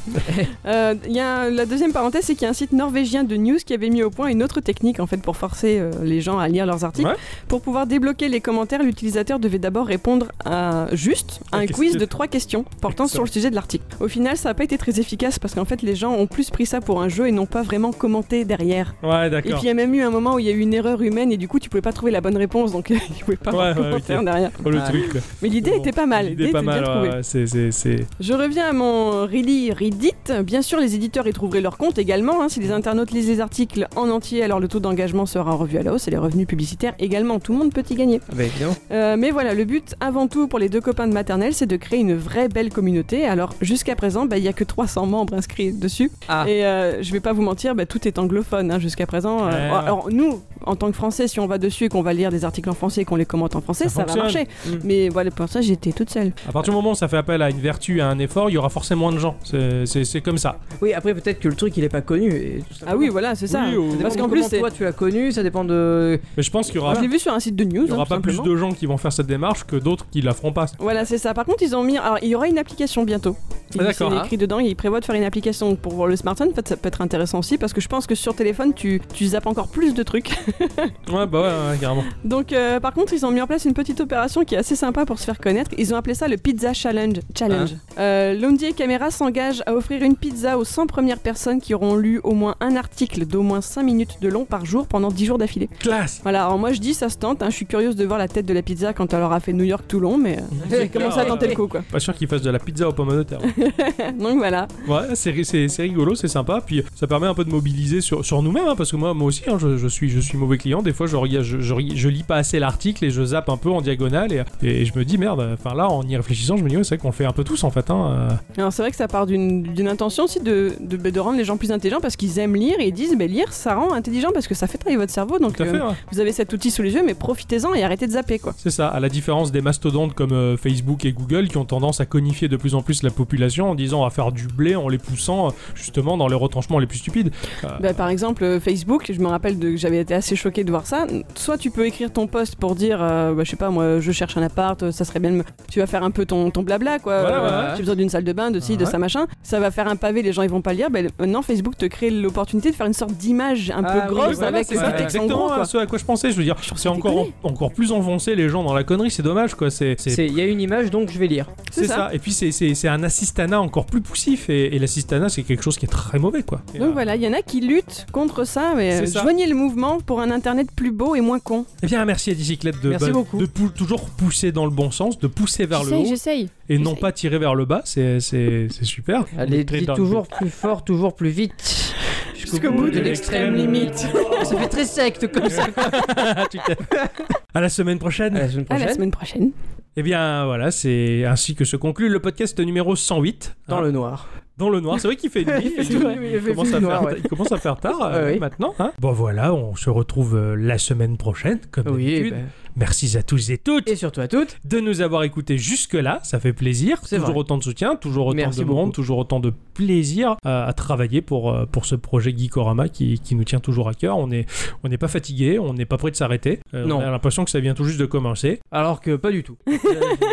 Speaker 3: Euh, Il y a un- la deuxième parenthèse, c'est qu'il y a un site norvégien de news qui avait mis au point une autre technique en fait pour forcer euh, les gens à lire leurs articles.
Speaker 1: Ouais.
Speaker 3: Pour pouvoir débloquer les commentaires, l'utilisateur devait d'abord répondre à, juste à
Speaker 1: Trois
Speaker 3: un quiz
Speaker 1: questions.
Speaker 3: de trois questions portant sur le sujet de l'article. Au final, ça n'a pas été très efficace parce qu'en fait, les gens ont plus pris ça pour un jeu et n'ont pas vraiment commenté derrière.
Speaker 1: Ouais,
Speaker 3: Et puis
Speaker 1: d'accord.
Speaker 3: il y a même eu un moment où il y a eu une erreur humaine et du coup, tu pouvais pas trouver la bonne réponse, donc tu pouvais pas avoir
Speaker 1: Ouais, ouais,
Speaker 3: commenté
Speaker 1: ok.
Speaker 3: en derrière.
Speaker 1: Oh, le
Speaker 2: Ah.
Speaker 1: truc, quoi.
Speaker 3: Mais euh, l'idée
Speaker 1: Bon,
Speaker 3: était pas mal.
Speaker 1: L'idée est pas
Speaker 3: était bien
Speaker 1: mal,
Speaker 3: trouvée.
Speaker 1: ouais, ouais, c'est- c'est- c'est-
Speaker 3: Je reviens à mon Ready Reddit. Bien sûr, les éditeurs y trouveraient leur compte également. hein. Si les internautes lisent les articles en entier, alors le taux d'engagement sera revu à la hausse et les revenus publicitaires également. Tout le monde peut y gagner.
Speaker 2: Ah, bah évidemment.
Speaker 3: Euh, mais voilà, le but avant tout pour les deux copains de maternelle, c'est de créer une vraie belle communauté. Alors jusqu'à présent, bah, il n'y a que 300 membres inscrits dessus.
Speaker 2: Ah.
Speaker 3: Et euh, je vais pas vous mentir, bah, tout est anglophone hein, jusqu'à présent. Euh,
Speaker 1: Ouais, ouais.
Speaker 3: alors nous, en tant que Français, si on va dessus et qu'on va lire des articles en français et qu'on les commente en français,
Speaker 1: Ça
Speaker 3: ça, va
Speaker 1: fonctionne.
Speaker 3: marcher. Mais voilà, pour ça, j'étais toute seule. Ah
Speaker 1: À partir du moment où ça fait appel à une vertu, à un effort, il y aura forcément moins de gens. C'est- C'est c'est comme ça.
Speaker 2: Oui après peut-être que le truc il est pas connu et tout
Speaker 3: Ah oui, voilà, c'est ça.
Speaker 1: Oui, oh. ou-
Speaker 3: Parce
Speaker 2: Parce
Speaker 3: qu'en
Speaker 2: qu'en
Speaker 3: plus,
Speaker 2: plus
Speaker 3: c'est-
Speaker 2: toi tu l'as connu, ça dépend de.
Speaker 1: Mais je pense qu'il y aura,
Speaker 3: Je l'ai vu sur un site de news.
Speaker 1: il y aura
Speaker 3: hein,
Speaker 1: pas
Speaker 3: tout
Speaker 1: plus
Speaker 3: simplement.
Speaker 1: de gens qui vont faire cette démarche que d'autres qui la feront pas.
Speaker 3: Voilà, c'est ça. Par contre, ils ont mis. Alors, il y aura une application bientôt.
Speaker 2: Ah, d'accord.
Speaker 3: C'est écrit dedans, ils prévoient de faire une application pour voir le smartphone. En fait, ça peut être intéressant aussi parce que je pense que sur téléphone, tu, tu zappes encore plus de trucs.
Speaker 1: Ouais, bah ouais, ouais, carrément.
Speaker 3: Donc, euh, par contre, ils ont mis en place une petite opération qui est assez sympa pour se faire connaître. Ils ont appelé ça le Pizza Challenge. Challenge.
Speaker 1: Hein
Speaker 3: Euh, Lundi et Caméra s'engage à offrir une pizza aux 100 premières personnes qui auront lu au moins un article d'au moins 5 minutes de long par jour pendant 10 jours d'affilée.
Speaker 1: Classe
Speaker 3: Voilà, alors moi je dis ça se tente, hein. je suis curieuse de voir la tête de la pizza quand elle aura fait New York Toulon, mais euh, j'ai commencé à tenter le coup quoi.
Speaker 1: Pas sûr qu'ils fassent de la pizza aux pommes de terre.
Speaker 3: Donc voilà.
Speaker 1: Ouais, c'est ri- c'est c'est rigolo, c'est sympa. Puis euh, ça permet un peu de mobiliser sur, sur nous-mêmes, hein, parce que moi, moi aussi, hein, je, je suis, je suis mauvais client. Des fois, je, regarde- je, je, je lis pas assez l'article et je zappe un peu en diagonale. Et, et je me dis, merde, enfin là, en y réfléchissant, je me dis, ouais, c'est vrai qu'on le fait un peu tous en fait. Hein, euh.
Speaker 3: Alors c'est vrai que ça part d'une d'une intention aussi de, de, de rendre les gens plus intelligents parce qu'ils aiment lire et ils disent mais lire ça rend intelligent parce que ça fait travailler votre cerveau donc
Speaker 1: Tout à
Speaker 3: euh,
Speaker 1: fait, ouais.
Speaker 3: vous avez cet outil sous les yeux mais profitez-en et arrêtez de zapper quoi.
Speaker 1: C'est ça, à la différence des mastodontes comme euh, Facebook et Google qui ont tendance à conifier de plus en plus la population en disant à faire du blé en les poussant euh, justement dans les retranchements les plus stupides. Euh,
Speaker 3: Bah, par exemple, euh, Facebook, je me rappelle de, que j'avais été assez choquée de voir ça. Soit tu peux écrire ton post pour dire, euh, bah, je sais pas, moi, je cherche un appart, euh, ça serait bien. de me- Tu vas faire un peu ton, ton blabla, quoi. Euh,
Speaker 1: Voilà,
Speaker 2: voilà.
Speaker 3: J'ai besoin d'une salle de bain, de ci, de
Speaker 1: Ouais.
Speaker 3: ça, machin. Ça va faire un pavé, les gens ils vont pas le lire. Bah, maintenant, Facebook te crée l'opportunité de faire une sorte d'image un
Speaker 2: Ah
Speaker 3: peu
Speaker 2: oui,
Speaker 1: Oui,
Speaker 3: grosse
Speaker 1: voilà,
Speaker 3: avec
Speaker 1: c'est
Speaker 3: des
Speaker 1: ça,
Speaker 2: du
Speaker 3: textes en
Speaker 1: exactement
Speaker 3: gros, quoi.
Speaker 1: à ce à quoi je pensais. Je veux dire,
Speaker 3: trouve
Speaker 1: c'est
Speaker 3: ça
Speaker 1: encore,
Speaker 3: déconné.
Speaker 1: encore plus enfoncer les gens dans la connerie, c'est dommage quoi. C'est c'est-
Speaker 2: C'est- Il y a une image donc je vais lire.
Speaker 3: C'est
Speaker 1: c'est
Speaker 3: ça.
Speaker 1: ça. Et puis c'est- c'est c'est un assistana encore plus poussif et, et l'assistana c'est quelque chose qui est très mauvais quoi. Et, euh,
Speaker 3: Donc voilà, il y en a qui luttent contre ça, mais
Speaker 1: C'est
Speaker 3: euh,
Speaker 1: ça.
Speaker 3: joignez le mouvement pour un internet plus beau et moins con.
Speaker 1: Eh bien merci à Dicyclette de,
Speaker 2: Merci
Speaker 1: bah,
Speaker 2: beaucoup.
Speaker 1: de pou- toujours pousser dans le bon sens, de pousser vers le
Speaker 5: J'essaye,
Speaker 1: haut
Speaker 5: j'essaye.
Speaker 1: et non
Speaker 5: j'essaye.
Speaker 1: pas tirer vers le bas. C'est c'est- c'est super.
Speaker 2: Allez,
Speaker 1: Très
Speaker 2: dis
Speaker 1: dingue.
Speaker 2: toujours plus fort, toujours plus vite.
Speaker 3: Jusqu'au bout de l'extrême limite.
Speaker 2: ça fait très secte comme ça.
Speaker 1: Tout à fait. à la semaine prochaine.
Speaker 2: À Ah, la
Speaker 3: À
Speaker 2: semaine prochaine.
Speaker 3: la semaine prochaine.
Speaker 1: Eh bien voilà, c'est ainsi que se conclut le podcast numéro 108.
Speaker 2: Dans
Speaker 1: Hein,
Speaker 2: le noir.
Speaker 1: dans le noir. C'est vrai qu'il fait nuit.
Speaker 2: Ah. Il fait tout- il fait
Speaker 1: commence
Speaker 2: plus
Speaker 1: à
Speaker 2: noir,
Speaker 1: faire,
Speaker 2: ouais.
Speaker 1: il commence à faire tard
Speaker 2: Ouais,
Speaker 1: euh,
Speaker 2: oui.
Speaker 1: maintenant. hein. bon voilà, on se retrouve euh, la semaine prochaine, comme
Speaker 2: Oui,
Speaker 1: Ah, d'habitude.
Speaker 2: bah,
Speaker 1: Merci à tous et toutes
Speaker 2: et surtout à toutes.
Speaker 1: de nous avoir écoutés jusque-là. Ça fait plaisir.
Speaker 2: C'est
Speaker 1: Toujours
Speaker 2: vrai.
Speaker 1: autant de soutien, toujours autant
Speaker 2: Merci
Speaker 1: de monde,
Speaker 2: beaucoup.
Speaker 1: toujours autant de plaisir à, à travailler pour, euh, pour ce projet Geekorama qui, qui nous tient toujours à cœur. On n'est on n'est pas fatigué, on n'est pas prêt de s'arrêter. Euh,
Speaker 2: Non.
Speaker 1: On a l'impression que ça vient tout juste de commencer.
Speaker 2: Alors que pas du tout.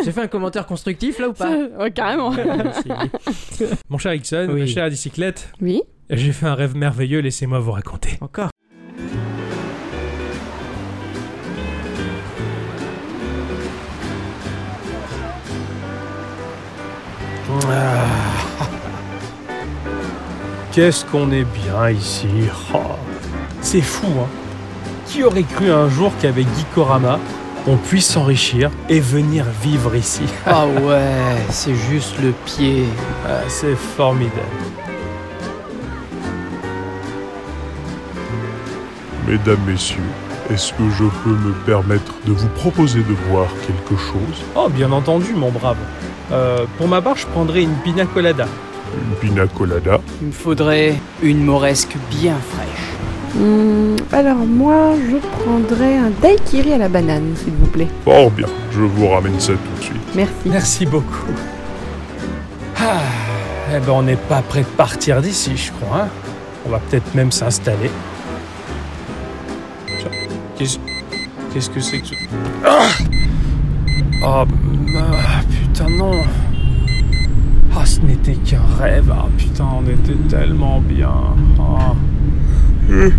Speaker 2: J'ai fait un commentaire constructif là ou pas
Speaker 3: Ouais, carrément.
Speaker 1: C'est- Mon cher Ixon,
Speaker 2: Oui.
Speaker 1: ma chère bicyclette,
Speaker 3: Oui.
Speaker 1: j'ai fait un rêve merveilleux, laissez-moi vous raconter.
Speaker 2: Encore.
Speaker 1: Qu'est-ce qu'on est bien ici Oh, C'est fou, hein Qui aurait cru un jour qu'avec Geekorama, on puisse s'enrichir et venir vivre ici
Speaker 2: Ah ouais, c'est juste le pied.
Speaker 1: Ah, C'est formidable.
Speaker 4: Mesdames, messieurs, est-ce que je peux me permettre de vous proposer de boire quelque chose
Speaker 1: Oh, bien entendu, mon brave. Euh, pour ma part, je prendrais une pina colada.
Speaker 4: Une pina colada
Speaker 2: Il me faudrait une moresque bien fraîche.
Speaker 3: Hum, alors moi, je prendrais un daiquiri à la banane, s'il vous plaît.
Speaker 4: Fort bien, je vous ramène ça tout de suite.
Speaker 3: Merci.
Speaker 1: Merci beaucoup. Ah, eh ben on n'est pas prêt de partir d'ici, je crois. hein. on va peut-être même s'installer. Tiens, Qu'est-ce qu'est-ce que c'est que ce... Ah oh, putain, non. Ah, ce n'était qu'un rêve. Ah, putain, on était tellement bien. Ah. Euh,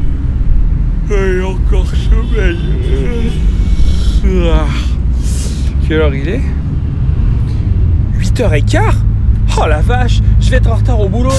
Speaker 4: Et encore sommeil
Speaker 1: Ah. Quelle heure il est 8h15 Oh la vache, je vais être en retard au boulot